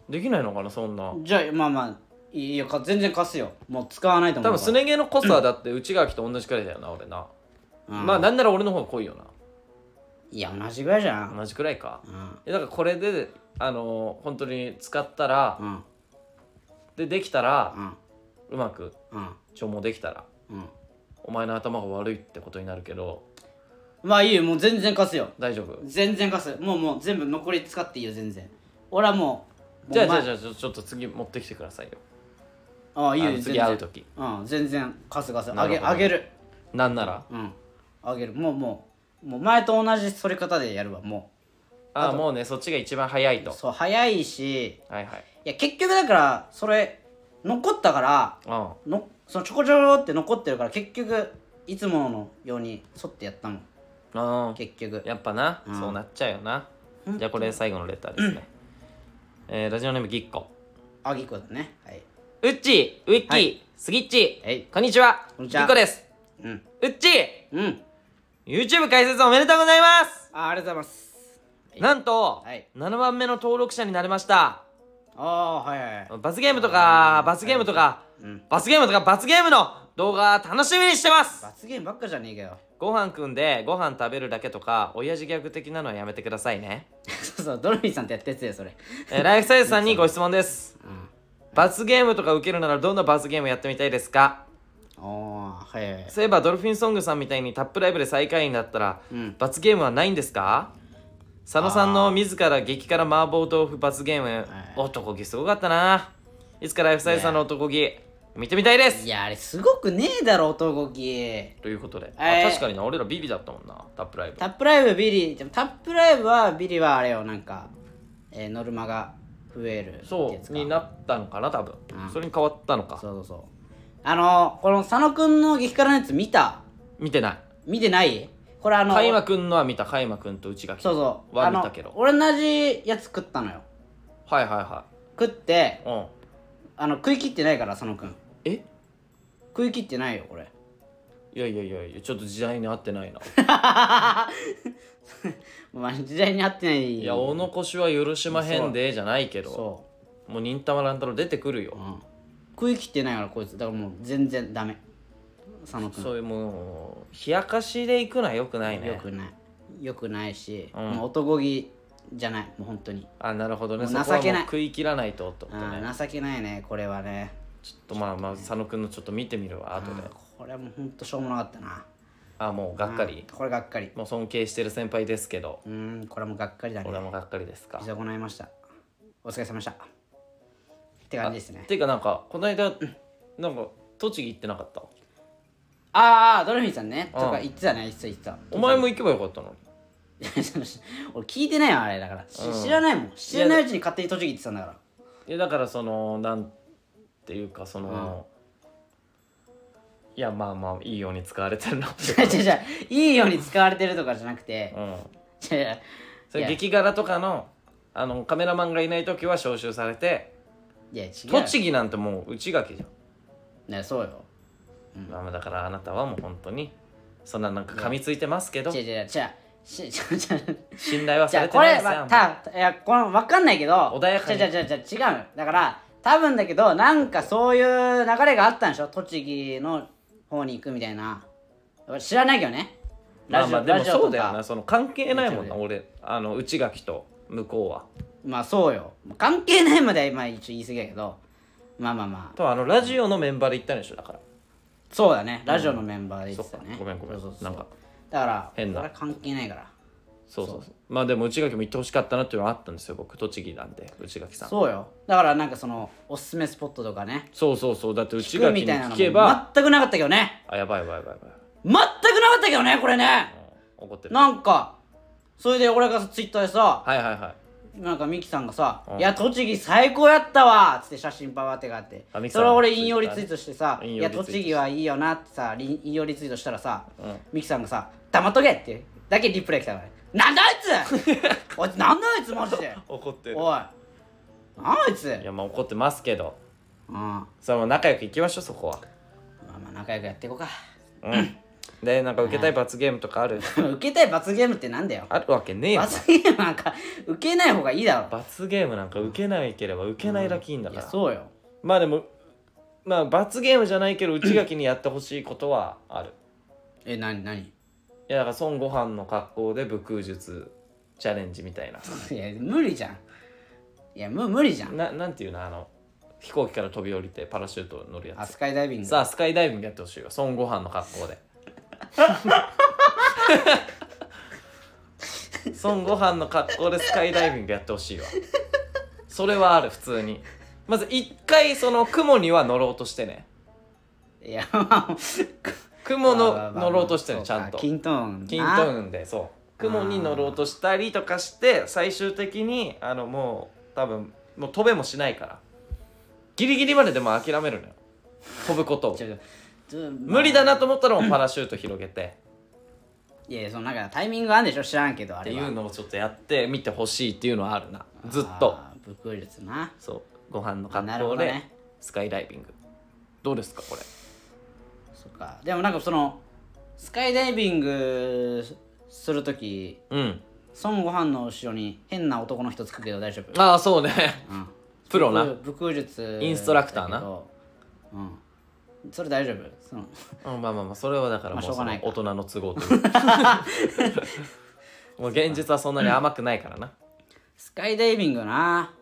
Speaker 2: できないのかなそんな
Speaker 1: じゃあまあまあいいよか全然貸すよもう使わないと思
Speaker 2: 多
Speaker 1: う
Speaker 2: 分すね毛の濃さだって内垣と同じくらいだよな俺なま
Speaker 1: ま
Speaker 2: あなんなら俺の方が濃いよ
Speaker 1: いや同じぐらいじゃ
Speaker 2: なん同じくらいか
Speaker 1: うん
Speaker 2: いやだからこれであのー本当に使ったら
Speaker 1: うん
Speaker 2: でできたら
Speaker 1: うん
Speaker 2: うまく
Speaker 1: うん
Speaker 2: 消毛できたら
Speaker 1: うん
Speaker 2: お前の頭が悪いってことになるけど
Speaker 1: まあいいよもう全然貸すよ
Speaker 2: 大丈夫
Speaker 1: 全然貸すもうもう全部残り使っていいよ全然俺はもう
Speaker 2: じゃあ
Speaker 1: も
Speaker 2: じ
Speaker 1: う
Speaker 2: ゃ
Speaker 1: お前
Speaker 2: あじゃあちょちょっと次持ってきてくださいよ
Speaker 1: ああいい
Speaker 2: あ
Speaker 1: よ
Speaker 2: の
Speaker 1: 全
Speaker 2: 次会
Speaker 1: 然
Speaker 2: う時
Speaker 1: うん全然貸す貸す
Speaker 2: な
Speaker 1: あ
Speaker 2: るほ
Speaker 1: げ
Speaker 2: ど
Speaker 1: あげる
Speaker 2: なんなら
Speaker 1: うんあげるもうもうもう前と同じ剃り方でやるわも
Speaker 2: ああもうねそっちが一番早いうと
Speaker 1: そう早いし
Speaker 2: はいはい
Speaker 1: いや結局だからそれ残ったから
Speaker 2: うん
Speaker 1: のそのちょこちょこって残ってるから結局いつものように剃ってやったもん
Speaker 2: あ
Speaker 1: 結局
Speaker 2: やっぱな、
Speaker 1: うん
Speaker 2: そうなっちゃうよなじゃあこれ最後のレターですね、えーラジオネームぎっこ
Speaker 1: あぎこだねはいう
Speaker 2: っちーウィッキー、
Speaker 1: はい
Speaker 2: スギッチー
Speaker 1: はい
Speaker 2: こんにちは
Speaker 1: こんにちは
Speaker 2: ぎっこです
Speaker 1: うん
Speaker 2: うっち
Speaker 1: うん
Speaker 2: ー YouTube 開設おめでとうございます
Speaker 1: あありがとうございます
Speaker 2: なんと、
Speaker 1: はい
Speaker 2: 7番目の登録者になれました
Speaker 1: ああはいはいはい
Speaker 2: 罰ゲームとか罰ゲームとか、
Speaker 1: うん
Speaker 2: 罰ゲームとか罰ゲームの動画楽しみにしてます
Speaker 1: 罰ゲームばっかじゃねえかよ [LAUGHS]
Speaker 2: ご飯組んでご飯食べるだけとか親父ギャグ的なのはやめてくださいね、
Speaker 1: そうそうドルフィンさんってやったやつだよそれ
Speaker 2: えーライフサイズさんにご質問です
Speaker 1: うん
Speaker 2: 罰ゲームとか受けるならどんな罰ゲームやってみたいですか
Speaker 1: ああはいはいはい
Speaker 2: そういえばドルフィンソングさんみたいにタップライブで最下位になったら、
Speaker 1: うん
Speaker 2: 罰ゲームはないんですか佐野さんの自ら激辛麻婆豆腐罰ゲーム、男気すごかったないつかライフサイズさんの男気見てみたいです
Speaker 1: いやあれすごくねえだろ男気
Speaker 2: ということで、あ
Speaker 1: えー
Speaker 2: 確かにな俺らビビだったもんなタップライブ
Speaker 1: タップライブビリーでもタップライブはビリーはあれよなんか、えーノルマが増えるって
Speaker 2: そ
Speaker 1: やつか
Speaker 2: うになったのかな多分、
Speaker 1: うん
Speaker 2: それに変わったのか
Speaker 1: そうそうそうあのこの佐野くんの激辛のやつ見た
Speaker 2: 見てない
Speaker 1: 見てないこれあの
Speaker 2: カイマくんのは見たカイマくんと内垣
Speaker 1: そうそう
Speaker 2: は
Speaker 1: あの
Speaker 2: 見たけど
Speaker 1: 俺同じやつ食ったのよ
Speaker 2: はいはいは
Speaker 1: 食って
Speaker 2: いうん
Speaker 1: あの食い切ってないから佐野くん
Speaker 2: え
Speaker 1: 食い切ってないよこれ
Speaker 2: いやいやいやいやちょっと時代に合ってないな
Speaker 1: まあ時代に合ってない
Speaker 2: いやお残しは許しまへんでじゃないけど
Speaker 1: そ
Speaker 2: もう忍たま乱太郎出てくるよ
Speaker 1: う、うん、食い切ってないからこいつだからもう全然ダメ佐野くん
Speaker 2: そういうもう冷やかしで行くのはよくないね
Speaker 1: よくないよくないし、
Speaker 2: うん
Speaker 1: もう男気じゃないもう本当に、
Speaker 2: あなるほど
Speaker 1: も
Speaker 2: ね
Speaker 1: う
Speaker 2: そこは
Speaker 1: 情けない
Speaker 2: もう食い切らないとってこと
Speaker 1: あ
Speaker 2: ね
Speaker 1: あ情けないねこれはね
Speaker 2: ちょっとまあまあ佐野くんのちょっと見てみるわ後で
Speaker 1: あーこれはもう本当しょうもなかったな
Speaker 2: あもうがっかり
Speaker 1: あーこれがっかり
Speaker 2: もう尊敬してる先輩ですけど
Speaker 1: うーんこれもがっかりだね
Speaker 2: 俺もがっかりですか
Speaker 1: い損ないましたお疲れ様でしたって感じですね
Speaker 2: ていうかなんかこの間なんか栃木行ってなかった
Speaker 1: ああドルフィンさんねと
Speaker 2: う
Speaker 1: か
Speaker 2: ん
Speaker 1: 言ってたね言ってた言ってた
Speaker 2: お前も行けばよかったの
Speaker 1: いやその [LAUGHS] 俺聞いてないよあれだから、し知らないもん知らないうちに勝手に栃木行ってたんだから
Speaker 2: いやだからそのなんていうかその、いやまあまあいいように使われてる
Speaker 1: [LAUGHS]
Speaker 2: なって、
Speaker 1: 違う違う違ういいように使われてるとかじゃなくて
Speaker 2: うん、
Speaker 1: 違う違う
Speaker 2: それ
Speaker 1: いや
Speaker 2: 劇柄とかのあのカメラマンがいない時は招集されて
Speaker 1: いや違う
Speaker 2: 栃木なんてもう内垣じゃん
Speaker 1: ねそうよ
Speaker 2: まあまあだからあなたはもう本当にそんななんか噛みついてますけど
Speaker 1: 違う違う違うし違う違う
Speaker 2: 信頼は
Speaker 1: じ
Speaker 2: さ
Speaker 1: ゃあ
Speaker 2: れて
Speaker 1: こ
Speaker 2: な
Speaker 1: れ
Speaker 2: いですよ
Speaker 1: はたいやこの分かんないけど
Speaker 2: 穏やかに
Speaker 1: じゃじゃじゃ違うのだから多分だけどなんかそういう流れがあったんでしょ栃木の方に行くみたいな知らないけどね
Speaker 2: ま
Speaker 1: ラ
Speaker 2: あ
Speaker 1: ジ
Speaker 2: まあ
Speaker 1: オ
Speaker 2: で
Speaker 1: ラ
Speaker 2: も
Speaker 1: ジオ
Speaker 2: そ
Speaker 1: と
Speaker 2: うだよな
Speaker 1: か
Speaker 2: その関係ないもんな俺あの内垣と向こうは
Speaker 1: まあそうよ関係ないまでは今一応言い過ぎやけどまあまあまあ
Speaker 2: とあのラジオのメンバーで行ったんでしょだから
Speaker 1: そうだねラジオのメンバーで
Speaker 2: そ
Speaker 1: 言っ
Speaker 2: って
Speaker 1: た
Speaker 2: か
Speaker 1: ね
Speaker 2: ごめんごめん
Speaker 1: そうそうそう
Speaker 2: なんか
Speaker 1: だから
Speaker 2: 変な
Speaker 1: これ関係ないから
Speaker 2: そうそうそうまあでも内垣も行ってほしかったなっていうのはあったんですよ僕栃木なんで内垣さん
Speaker 1: そうよだからなんかそのおすすめスポットとかね
Speaker 2: そうそうそうだって内
Speaker 1: 行く
Speaker 2: 垣
Speaker 1: み
Speaker 2: に
Speaker 1: たいなの
Speaker 2: 聞
Speaker 1: も
Speaker 2: け
Speaker 1: 全く
Speaker 2: ば
Speaker 1: なかったけどね
Speaker 2: あやばいやばいやばいやばい
Speaker 1: 全くなかったけどねこれね
Speaker 2: うん怒ってるは
Speaker 1: なんかそれで俺がさツイッターでさ
Speaker 2: いはいはい
Speaker 1: なんかミキさんがさ「
Speaker 2: ん
Speaker 1: いや栃木最高やったわ」っつって写真パワーってがあって
Speaker 2: あミキさ
Speaker 1: そ
Speaker 2: ん
Speaker 1: れを俺引用リツイートしてさ「
Speaker 2: 引
Speaker 1: い
Speaker 2: 用リ
Speaker 1: や
Speaker 2: ツイートして
Speaker 1: 栃木はいいよな」ってさり引用リツイートしたらさ、ミキさんがさ「黙っとけ」ってだけリプレイ来たからね「なんだあい
Speaker 2: [LAUGHS]
Speaker 1: つおいなんだあいつマジで
Speaker 2: 怒って
Speaker 1: おいなんだあいつ
Speaker 2: いやまあ怒ってますけど
Speaker 1: うんま
Speaker 2: それはもう仲良く行きましょうそこは
Speaker 1: あまあ仲良くやっていこうか [LAUGHS]
Speaker 2: うんでなんか受けたい罰ゲームとかある
Speaker 1: 受けたい罰ゲームってなんだよ
Speaker 2: あるわけねえよ
Speaker 1: 罰ゲームなんか受けない方がいいだろ
Speaker 2: 罰ゲームなんか受けないければ受けないだけいいんだ
Speaker 1: い
Speaker 2: か
Speaker 1: や
Speaker 2: ら、
Speaker 1: そうよ
Speaker 2: まあでもまあ罰ゲームじゃないけど内垣にやってほしいことはある
Speaker 1: え何 [LAUGHS] 何
Speaker 2: いやだから孫悟飯の格好で武空術チャレンジみたいない
Speaker 1: や無理じゃんいやむ無理じゃん
Speaker 2: ななんていうのあの飛行機から飛び降りてパラシュート乗るや
Speaker 1: あ
Speaker 2: つ
Speaker 1: スカイダイビング
Speaker 2: さあスカイダイビングやってほしいよ孫悟飯の格
Speaker 1: [LAUGHS]
Speaker 2: 好で孫悟飯の格好でスカイダイビングやってほしいわそれはある普通にまず一回その雲には乗ろうとしてね
Speaker 1: いやまあ
Speaker 2: 雲
Speaker 1: まあまあ
Speaker 2: の
Speaker 1: まあ
Speaker 2: 乗ろうとして
Speaker 1: そ
Speaker 2: ね
Speaker 1: う
Speaker 2: ちゃんと
Speaker 1: キントーンな
Speaker 2: キントーンでそう雲に乗ろうとしたりとかして最終的にあのもう多分もう飛べもしないからギリギリまででも諦めるのよ飛ぶことを
Speaker 1: ちょちょ
Speaker 2: 無理だなと思ったらもうパラシュート広げて
Speaker 1: いやいやそのなんかタイミングあるんでしょ知らんけどあ
Speaker 2: って
Speaker 1: れ
Speaker 2: い
Speaker 1: は
Speaker 2: うのをちょっとやってみてほしいっていうのはあるなずっと
Speaker 1: あー武空術な
Speaker 2: そうご飯の
Speaker 1: なる
Speaker 2: 格
Speaker 1: ほ
Speaker 2: 好
Speaker 1: ど
Speaker 2: で
Speaker 1: ね
Speaker 2: スカイダイビングどうですかこれ
Speaker 1: そっかでもなんかそのスカイダイビングするとき
Speaker 2: うん
Speaker 1: 孫悟飯の後ろに変な男の人つくけど大丈夫
Speaker 2: ああそうね
Speaker 1: うん
Speaker 2: プロな
Speaker 1: 武武空術
Speaker 2: インストラクターな
Speaker 1: だけどうんそれ大丈夫その
Speaker 2: うんまあまあまあそれはだから
Speaker 1: ま
Speaker 2: もう
Speaker 1: あしょう
Speaker 2: そ
Speaker 1: が
Speaker 2: の
Speaker 1: ないか
Speaker 2: 大人の都合と
Speaker 1: [LAUGHS]
Speaker 2: いうかもう現実はそんなに甘くないからな
Speaker 1: スカイダイビングな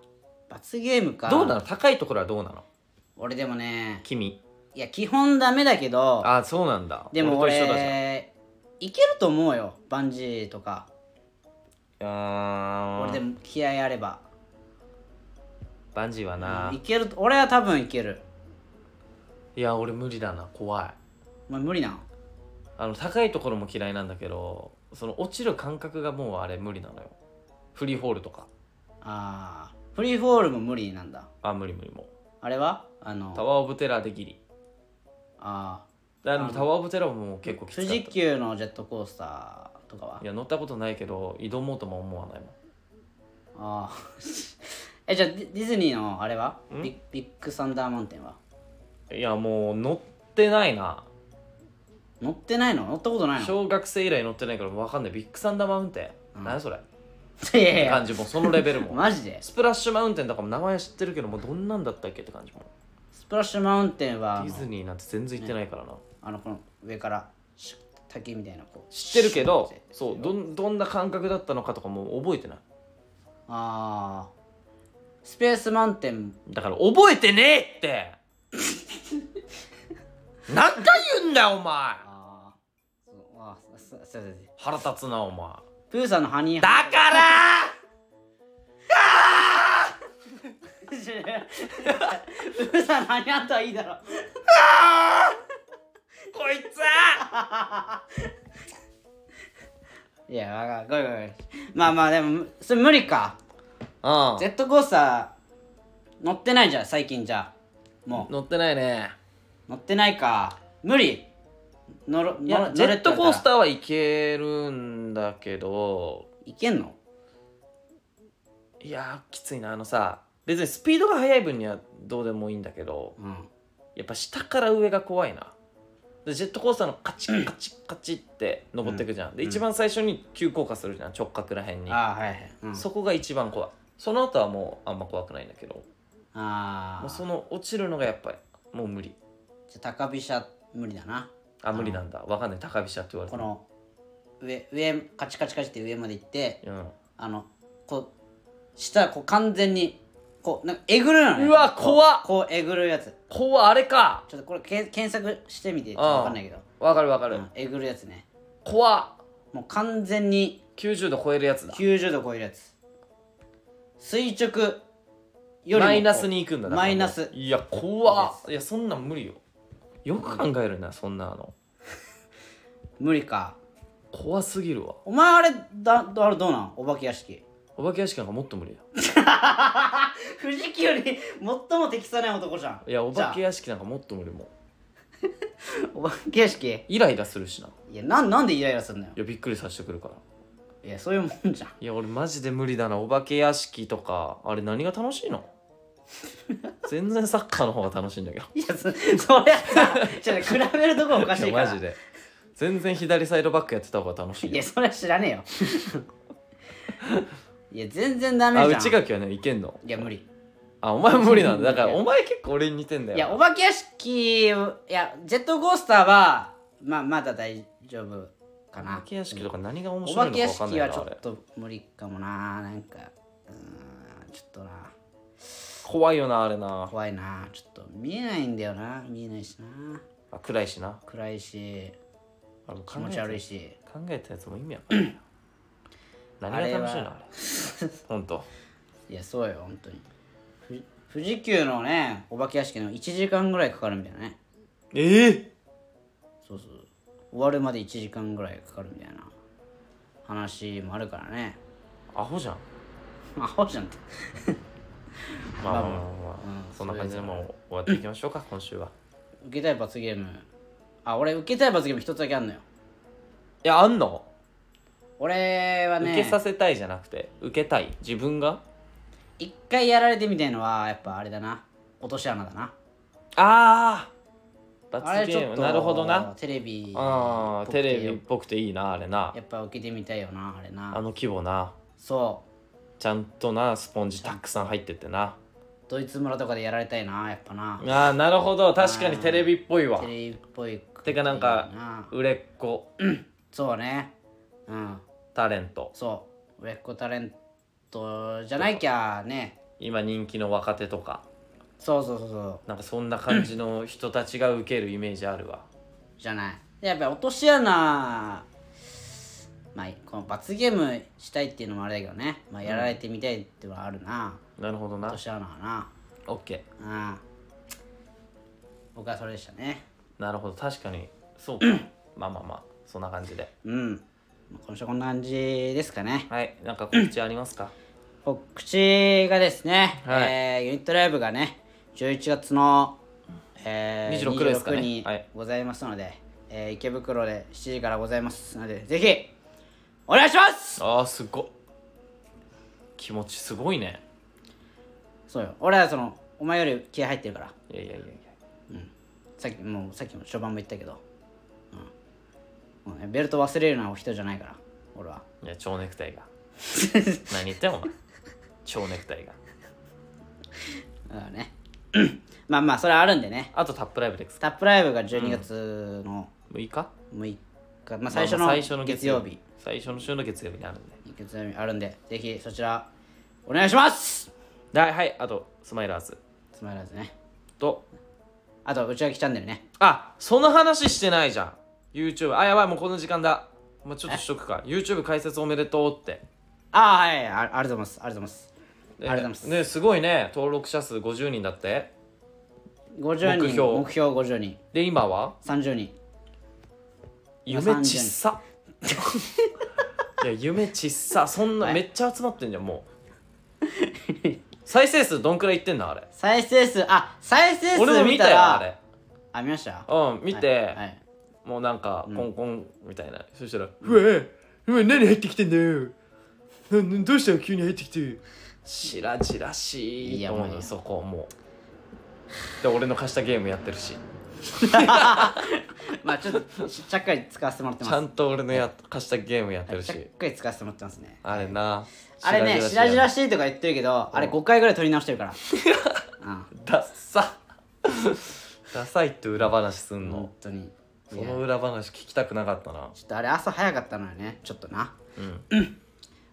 Speaker 1: 罰ゲームか
Speaker 2: どうなの高いところはどうなの
Speaker 1: 俺でもね
Speaker 2: 君
Speaker 1: いや基本ダメだけど
Speaker 2: あそうなんだ
Speaker 1: でも
Speaker 2: と一緒だじゃん
Speaker 1: 俺いけると思うよバンジーとか
Speaker 2: あ
Speaker 1: 俺で
Speaker 2: ー
Speaker 1: も気合あれば
Speaker 2: バンジーはな、
Speaker 1: いけると俺は多分いける
Speaker 2: いや俺無理だな怖い
Speaker 1: お前無理なの
Speaker 2: あの高いところも嫌いなんだけどその落ちる感覚がもうあれ無理なのよフリーフォールとか
Speaker 1: あーフリーフォールも無理なんだ
Speaker 2: あ無理無理も
Speaker 1: あれはあ
Speaker 2: うタ
Speaker 1: の
Speaker 2: ワーオブテラーでギリ
Speaker 1: あ
Speaker 2: だでもタワーオブテラーももう結構
Speaker 1: ー
Speaker 2: きつか
Speaker 1: 富
Speaker 2: っ
Speaker 1: 士
Speaker 2: たい
Speaker 1: 急のジェットコースターとかは
Speaker 2: や乗ったことないけど挑もうとも思わないもん
Speaker 1: あー [LAUGHS] えじゃあディディズニーのあれはビッビッグサンダーマウンテンはい
Speaker 2: やもう乗ってないな
Speaker 1: 乗ってないの乗ったことないの
Speaker 2: 小学生以来乗ってないからわかんないビッグサンダーマウンテン、何それっ
Speaker 1: [LAUGHS] いやいや
Speaker 2: て
Speaker 1: いや
Speaker 2: 感じもうそのレベル [LAUGHS] も
Speaker 1: マジで
Speaker 2: スプラッシュマウンテンとかも名前知ってるけどもうどんなんだったっけって感じも
Speaker 1: スプラッシュマウンテンはあ
Speaker 2: ディ
Speaker 1: の
Speaker 2: ズニーなんて全然行ってないからな、
Speaker 1: あのこの上からシュッ滝みたいなこう
Speaker 2: 知ってるけど
Speaker 1: シュッて
Speaker 2: そうどんどんな感覚だったのかとかもう覚えてない
Speaker 1: あースペースマウンテン
Speaker 2: だから覚えてねえって [LAUGHS] 何回言うんだよお前
Speaker 1: あーそうあーすすすいません
Speaker 2: 腹立つなお前
Speaker 1: プーさんのハニー
Speaker 2: だ
Speaker 1: ハ
Speaker 2: から
Speaker 1: ント [LAUGHS] プーさんのハニーハントはいいだろ
Speaker 2: [LAUGHS] こいつ
Speaker 1: いやわかるごめんごめんまあまあでもそれ無理かジェットコースター乗ってないじゃん最近じゃあも
Speaker 2: うん乗ってないね
Speaker 1: う乗ってないか無理乗ろ
Speaker 2: い
Speaker 1: 乗
Speaker 2: や
Speaker 1: ろ
Speaker 2: ジェットコースタ
Speaker 1: ー
Speaker 2: ーはいけるんだけど
Speaker 1: いけんの
Speaker 2: いやーきついなあのさ別にスピードが速い分にはどうでもいいんだけど
Speaker 1: うん
Speaker 2: やっぱ下から上が怖いなでジェットコースターのカチッカチッカチッって登っていくじゃん、で
Speaker 1: うん
Speaker 2: 一番最初に急降下するじゃん直角らへんに
Speaker 1: ああはいはい、うん、
Speaker 2: そこが一番怖いその後はもうあんま怖くないんだけど
Speaker 1: あ
Speaker 2: もう
Speaker 1: あ
Speaker 2: その落ちるのがやっぱりもう無理
Speaker 1: じゃあ高飛車無理だな
Speaker 2: あ無理なんだわかんない高飛車って言われ
Speaker 1: こ
Speaker 2: て
Speaker 1: の上上カチカチカチって上まで行って
Speaker 2: る、
Speaker 1: あのこう下こう完全にこうなんかえぐるのね
Speaker 2: うわ怖っ
Speaker 1: こうこうえぐるやつ
Speaker 2: うん、こわあれか
Speaker 1: ちょっとこれけん検索してみてちょっとわかんないけど、
Speaker 2: わかるわかる、
Speaker 1: うんえぐるやつね
Speaker 2: 怖っ
Speaker 1: もう完全に
Speaker 2: 90度超えるやつだ
Speaker 1: 90度超えるやつ垂直よりも
Speaker 2: マイナスに行くんだだから
Speaker 1: マイナス
Speaker 2: いや怖っいやそんなん無理よよく考えるなそんなの
Speaker 1: 無理か
Speaker 2: 怖すぎるわ
Speaker 1: お前あれだあれどうなんお化け屋敷
Speaker 2: お化け屋敷なんかもっと無理だ
Speaker 1: 藤木より [LAUGHS] 最も適さない男じゃん
Speaker 2: いやお化け
Speaker 1: じゃ
Speaker 2: 屋敷なんかもっと無理もう
Speaker 1: あお化け屋敷い
Speaker 2: イライラするしない
Speaker 1: やなんなんでイライラするのよ
Speaker 2: やびっくりさせてくるから
Speaker 1: いやそういうもんじゃん
Speaker 2: いや俺マジで無理だなお化け屋敷とかあれ何が楽しい
Speaker 1: [LAUGHS]
Speaker 2: の全然サッカーの方が楽しいんだけど
Speaker 1: いやそそれ
Speaker 2: [LAUGHS]
Speaker 1: さちょっと比べるとこおかし
Speaker 2: い
Speaker 1: い
Speaker 2: や
Speaker 1: から
Speaker 2: マジで全然左サイドバックやってた方が楽しい
Speaker 1: い
Speaker 2: よ
Speaker 1: やそれは知らねえよいや全然ダメ
Speaker 2: あ
Speaker 1: じゃん
Speaker 2: 内垣はねいけんの
Speaker 1: いや無理
Speaker 2: あお前無理なんだだか
Speaker 1: [LAUGHS] い
Speaker 2: ら
Speaker 1: や
Speaker 2: お前結構俺に似てんだよ
Speaker 1: いやお化け屋敷いやジェットコースターはまあまだ大丈夫か
Speaker 2: お
Speaker 1: な
Speaker 2: 化け屋敷とか何が面
Speaker 1: お
Speaker 2: 白
Speaker 1: 化
Speaker 2: いの
Speaker 1: け
Speaker 2: か
Speaker 1: 屋
Speaker 2: 分かんな
Speaker 1: 敷
Speaker 2: いな
Speaker 1: はちょ
Speaker 2: あれ
Speaker 1: っと無理かもななんかうーんちょっとな
Speaker 2: 怖いよなあれな
Speaker 1: 怖いなちょっと見えないんだよな見えないしな
Speaker 2: あ暗いしな
Speaker 1: 暗いし
Speaker 2: あれもう
Speaker 1: 気
Speaker 2: 考え
Speaker 1: 持
Speaker 2: た
Speaker 1: ち悪いし
Speaker 2: 考えたやつも意味わかん
Speaker 1: [CLEARS THROAT]
Speaker 2: ないな何が楽しいの
Speaker 1: あれは
Speaker 2: あれ本当
Speaker 1: いやそうよ本当にふ富士急のねお化け屋敷の1時間ぐらいかかるみたいなね
Speaker 2: ええ
Speaker 1: そうそう終わるまで1時間ぐらいかかるみたいな話もあるからね [LAUGHS]
Speaker 2: アホじゃん
Speaker 1: アホじゃんって
Speaker 2: まあまあまあまあ、
Speaker 1: うん
Speaker 2: そんな感じでもう終わっていきましょ
Speaker 1: [LAUGHS]
Speaker 2: うか今週は
Speaker 1: 受けたい罰ゲームあ俺受けたい罰ゲーム一つだけあんのよ
Speaker 2: いやあんの
Speaker 1: 俺は
Speaker 2: 受
Speaker 1: ね
Speaker 2: けさせたいじゃなくて受けたい自分が
Speaker 1: 一回やられてみたいのはやっぱあれだな落とし穴だな
Speaker 2: ああ罰
Speaker 1: あれ
Speaker 2: ゲ
Speaker 1: ちょ
Speaker 2: ー
Speaker 1: っ
Speaker 2: ム
Speaker 1: と
Speaker 2: なるほどな
Speaker 1: テレビ
Speaker 2: あーテレビっ
Speaker 1: や
Speaker 2: ぽくていいなあれな
Speaker 1: っぱ受けてみたいよなあれ
Speaker 2: あ
Speaker 1: な
Speaker 2: の規模な
Speaker 1: そ
Speaker 2: ちゃんとなスポンジたくさん入っててな
Speaker 1: うドイツ村とかでやられたいなやっぱな
Speaker 2: ああなるほど確かにテレビっぽいわ
Speaker 1: テレビっぽいく
Speaker 2: てかなん
Speaker 1: いい
Speaker 2: か
Speaker 1: な
Speaker 2: 売れっ子
Speaker 1: そうねうん
Speaker 2: タレント
Speaker 1: そう売れっ子タレントじゃなきゃね
Speaker 2: 今人気の若手とか
Speaker 1: そうそうそうそう
Speaker 2: なんかそんな感じの人たちが受けるイメージあるわ
Speaker 1: じゃないでやっぱり落とし穴まあこの罰ゲームしたいっていうのもあれだけどね、まあ、やられてみたいっていうのはあるな、
Speaker 2: なるほどな
Speaker 1: 落とし穴はな
Speaker 2: OK
Speaker 1: うん僕はそれでしたね
Speaker 2: なるほど確かにそうかまあまあまあそんな感じで
Speaker 1: うんまあ今週はこんな感じですかね
Speaker 2: はいなんか告知ありますか
Speaker 1: 告知がですね、
Speaker 2: はい
Speaker 1: えーユニットライブがね11月の、えー、
Speaker 2: 26ですかね
Speaker 1: 26に
Speaker 2: はい
Speaker 1: ございますので、えー池袋で7時からございますのでぜひお願いします
Speaker 2: ああすごっ気持ちすごいね
Speaker 1: そうよ俺はそのお前より気合入ってるから
Speaker 2: いやいやいやいや
Speaker 1: さっきもうさっきも序盤も言ったけど、うんもうね、ベルト忘れるような人じゃないから俺は
Speaker 2: いや蝶ネクタイ [LAUGHS] が何言ってんお前蝶ネクタイが
Speaker 1: だからねまあまあそれはあるんでね
Speaker 2: あとタップライブです
Speaker 1: タップライブが12月の
Speaker 2: 6日
Speaker 1: 6日、まあ、最初
Speaker 2: まあまあ
Speaker 1: の月曜日
Speaker 2: 最初の週の月曜日にあるんで
Speaker 1: 月曜日あるんでぜひそちらお願いします
Speaker 2: はいはいあとスマイラーズ
Speaker 1: スマイラーズね
Speaker 2: と
Speaker 1: あと内垣チャンネルね
Speaker 2: あその話してないじゃん YouTube あやばいもうこの時間だ、まあ、ちょっとしとくか YouTube 解説おめでとうって
Speaker 1: ああはいあありがとうございますありがとうございます
Speaker 2: ね
Speaker 1: ありがとうござい
Speaker 2: ねすごいね登録者数50人だって
Speaker 1: 50人
Speaker 2: 目標
Speaker 1: 目標50人
Speaker 2: で今は
Speaker 1: 30人今
Speaker 2: 夢ちっさいや夢ちっさそんなめっちゃ集まってんじゃんもう再生数どんくらいいってんのあれ
Speaker 1: 再生数あ再生
Speaker 2: 俺
Speaker 1: 数
Speaker 2: も
Speaker 1: 見
Speaker 2: 見
Speaker 1: た
Speaker 2: たよ
Speaker 1: ら
Speaker 2: あれ
Speaker 1: あ見ました
Speaker 2: うん見て、
Speaker 1: はいはい
Speaker 2: もうなんかコンコンみたいな、そしたら「うわうわ何入ってきてんだよななどうしたの急に入ってきて」しらじらしい
Speaker 1: いや
Speaker 2: と思う
Speaker 1: もう
Speaker 2: の
Speaker 1: いい
Speaker 2: そこはもうで俺の貸したゲームやってるし
Speaker 1: まあちょっとちちゃっかり使わせてもらって
Speaker 2: ちゃ
Speaker 1: ます
Speaker 2: んと俺のや貸したゲームやってる
Speaker 1: ちゃっ
Speaker 2: し
Speaker 1: かり使わせてもらってますね
Speaker 2: あれな
Speaker 1: あれね、しらじらしいとか言ってるけど、あれ5回ぐらい撮り直してるから。うん、
Speaker 2: ダッサダサいって裏話すんの
Speaker 1: 本、当に。い
Speaker 2: そ
Speaker 1: や
Speaker 2: の裏話聞きたくなかったな
Speaker 1: ちょっとあれ朝早かったのよね、ちょっとな。
Speaker 2: うん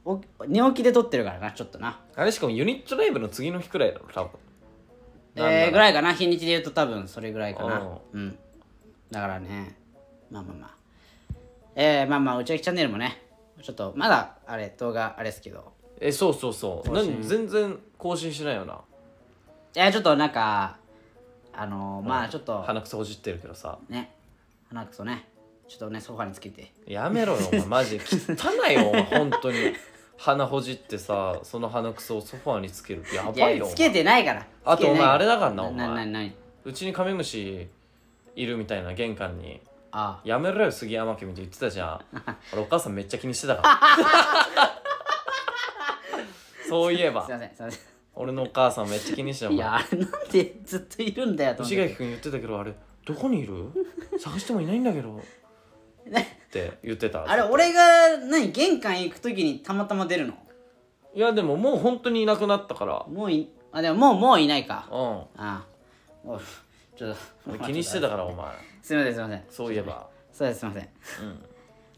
Speaker 1: お寝起きで撮ってるからな、ちょっとな。
Speaker 2: あれしかもユニットライブの次の日くらいだろ多分なんだろ
Speaker 1: え
Speaker 2: う
Speaker 1: ー、ぐらいかな、日にちで言うと多分それぐらいかな。
Speaker 2: う
Speaker 1: うん。だからね、まあまあまあ。えー、まあまあ、うちあきチャンネルもね、ちょっとまだあれ、動画あれですけど、
Speaker 2: えそうそうそう何全然更新しないよない
Speaker 1: や、ちょっとなんか、あのー、まあちょっと、
Speaker 2: 鼻くそほじってるけどさ
Speaker 1: ね、鼻くそね、ちょっとね、ソファにつけて。
Speaker 2: やめろよお前マジで汚いよお前本当に鼻ほじってさその鼻くそをソファーにつけるや
Speaker 1: い
Speaker 2: ばい
Speaker 1: や、
Speaker 2: よお
Speaker 1: つけ
Speaker 2: 前
Speaker 1: てないから。
Speaker 2: あとお
Speaker 1: つけて
Speaker 2: 前
Speaker 1: ない
Speaker 2: あれだからなお前
Speaker 1: な、な、な、な
Speaker 2: うちにカメムシいるみたいな玄関に
Speaker 1: あ
Speaker 2: やめろよ杉山君って言ってた
Speaker 1: [LAUGHS]
Speaker 2: じゃん俺お母さんめっちゃ気にしてたから [LAUGHS] そういえ
Speaker 1: あすい
Speaker 2: ば
Speaker 1: ませんすいませ
Speaker 2: 俺のお母さんめっちゃ気にしてた
Speaker 1: んい
Speaker 2: もん
Speaker 1: やあれなんでずっといるんだよと思っ
Speaker 2: 牛
Speaker 1: て
Speaker 2: 垣君言ってたけどあれどこにいる探してもいないんだけ
Speaker 1: [LAUGHS]
Speaker 2: どって言ってた
Speaker 1: あれ俺が何玄関行く時にたまたま出るの
Speaker 2: いやでももう本当にいなくなったから
Speaker 1: もういあでももうもういないか
Speaker 2: うん
Speaker 1: ああおいちょっ
Speaker 2: 俺
Speaker 1: と
Speaker 2: 気にしてたからお前
Speaker 1: [LAUGHS] すいませんすいません
Speaker 2: そういえば
Speaker 1: そうですすいません
Speaker 2: うん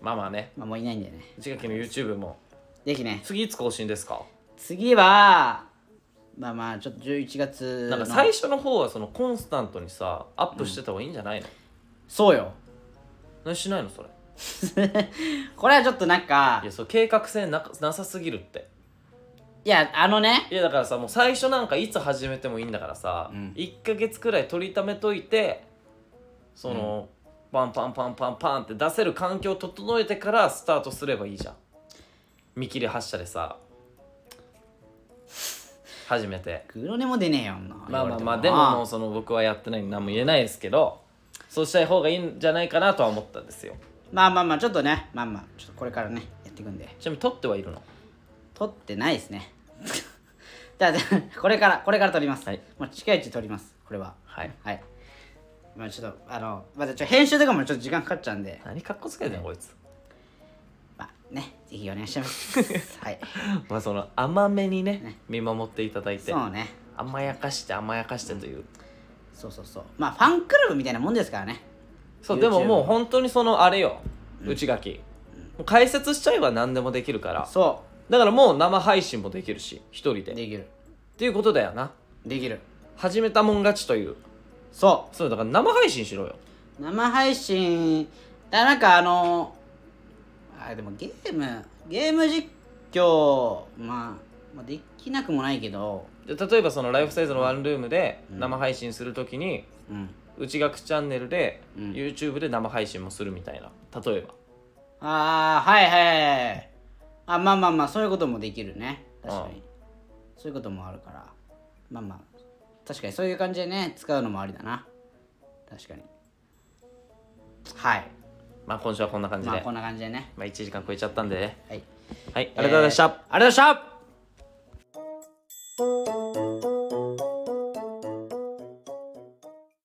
Speaker 2: まあまあね
Speaker 1: まあもういないんだよね
Speaker 2: 内垣の YouTube も
Speaker 1: できね
Speaker 2: 次いつ更新ですか
Speaker 1: 次はまあまあちょっと11月
Speaker 2: な
Speaker 1: の
Speaker 2: んか最初の方はそのコンスタントにさアップしてた方がいいんじゃないの、
Speaker 1: そうよ
Speaker 2: 何しないのそれ
Speaker 1: これはちょっとなんか
Speaker 2: いやそう計画性なかなさすぎるって
Speaker 1: いやあのね
Speaker 2: いやだからさもう最初なんかいつ始めてもいいんだからさ、
Speaker 1: うん
Speaker 2: 1ヶ月くらい取りためといてその、パンパンパンパンパンって出せる環境を整えてからスタートすればいいじゃん見切り発車でさ始めて
Speaker 1: 黒根も出ねえよあんな
Speaker 2: まあまあまあで
Speaker 1: 言
Speaker 2: も
Speaker 1: われて
Speaker 2: もうその僕はやってないんで何も言えないですけどそうしたい方がいいんじゃないかなとは思ったんですよ
Speaker 1: まあまあまあちょっとねまあまあちょっとこれからねやっていくんで
Speaker 2: ちなみに撮ってはいるの
Speaker 1: 撮ってないですね。 [LAUGHS] じゃあ、じゃあこれから、これから撮ります。
Speaker 2: はい
Speaker 1: もう近いうち撮ります、これは。
Speaker 2: はい
Speaker 1: はい。まあちょっと、あの、まだちょ編集とかもちょっと時間かかっちゃうんで、
Speaker 2: 何かっこつけてんのこいつ
Speaker 1: まあね、ぜひお願いします。はい。
Speaker 2: まあその甘めにね見守っていただいて
Speaker 1: そうね。
Speaker 2: 甘やかして甘やかしてという、
Speaker 1: そうそうそう。まあ、ファンクラブみたいなもんですからね。
Speaker 2: そう
Speaker 1: YouTube
Speaker 2: でももう本当にそのあれよ内垣、もう解説しちゃえば何でもできるから
Speaker 1: そ
Speaker 2: だからもう生配信もできるし一人
Speaker 1: う。
Speaker 2: でっ
Speaker 1: できる。
Speaker 2: ていうことだよな
Speaker 1: できる。
Speaker 2: 始めたもん勝ちという
Speaker 1: そ
Speaker 2: そうだから生配信しろよ
Speaker 1: う。生配信、だなんかあの、あ、でもゲーム、ゲーム実況、まあ、まあ、できなくもないけど、
Speaker 2: で例えばそのライフサイズのワンルームで生配信するときに、
Speaker 1: うん。
Speaker 2: 内垣チャンネルで、
Speaker 1: うん
Speaker 2: YouTube で生配信もするみたいな例えば
Speaker 1: ああはいはいはいあまあまあまあそういうこともできるね確かにそういうこともあるからまあまあ確かにそういう感じでね使うのもありだな確かにはい
Speaker 2: まあ今週はこんな感じで、
Speaker 1: まあ
Speaker 2: ま
Speaker 1: こんな感じでね
Speaker 2: あ、1時間超えちゃったんでね
Speaker 1: はい
Speaker 2: はいありがとうございました、
Speaker 1: ありがとうございました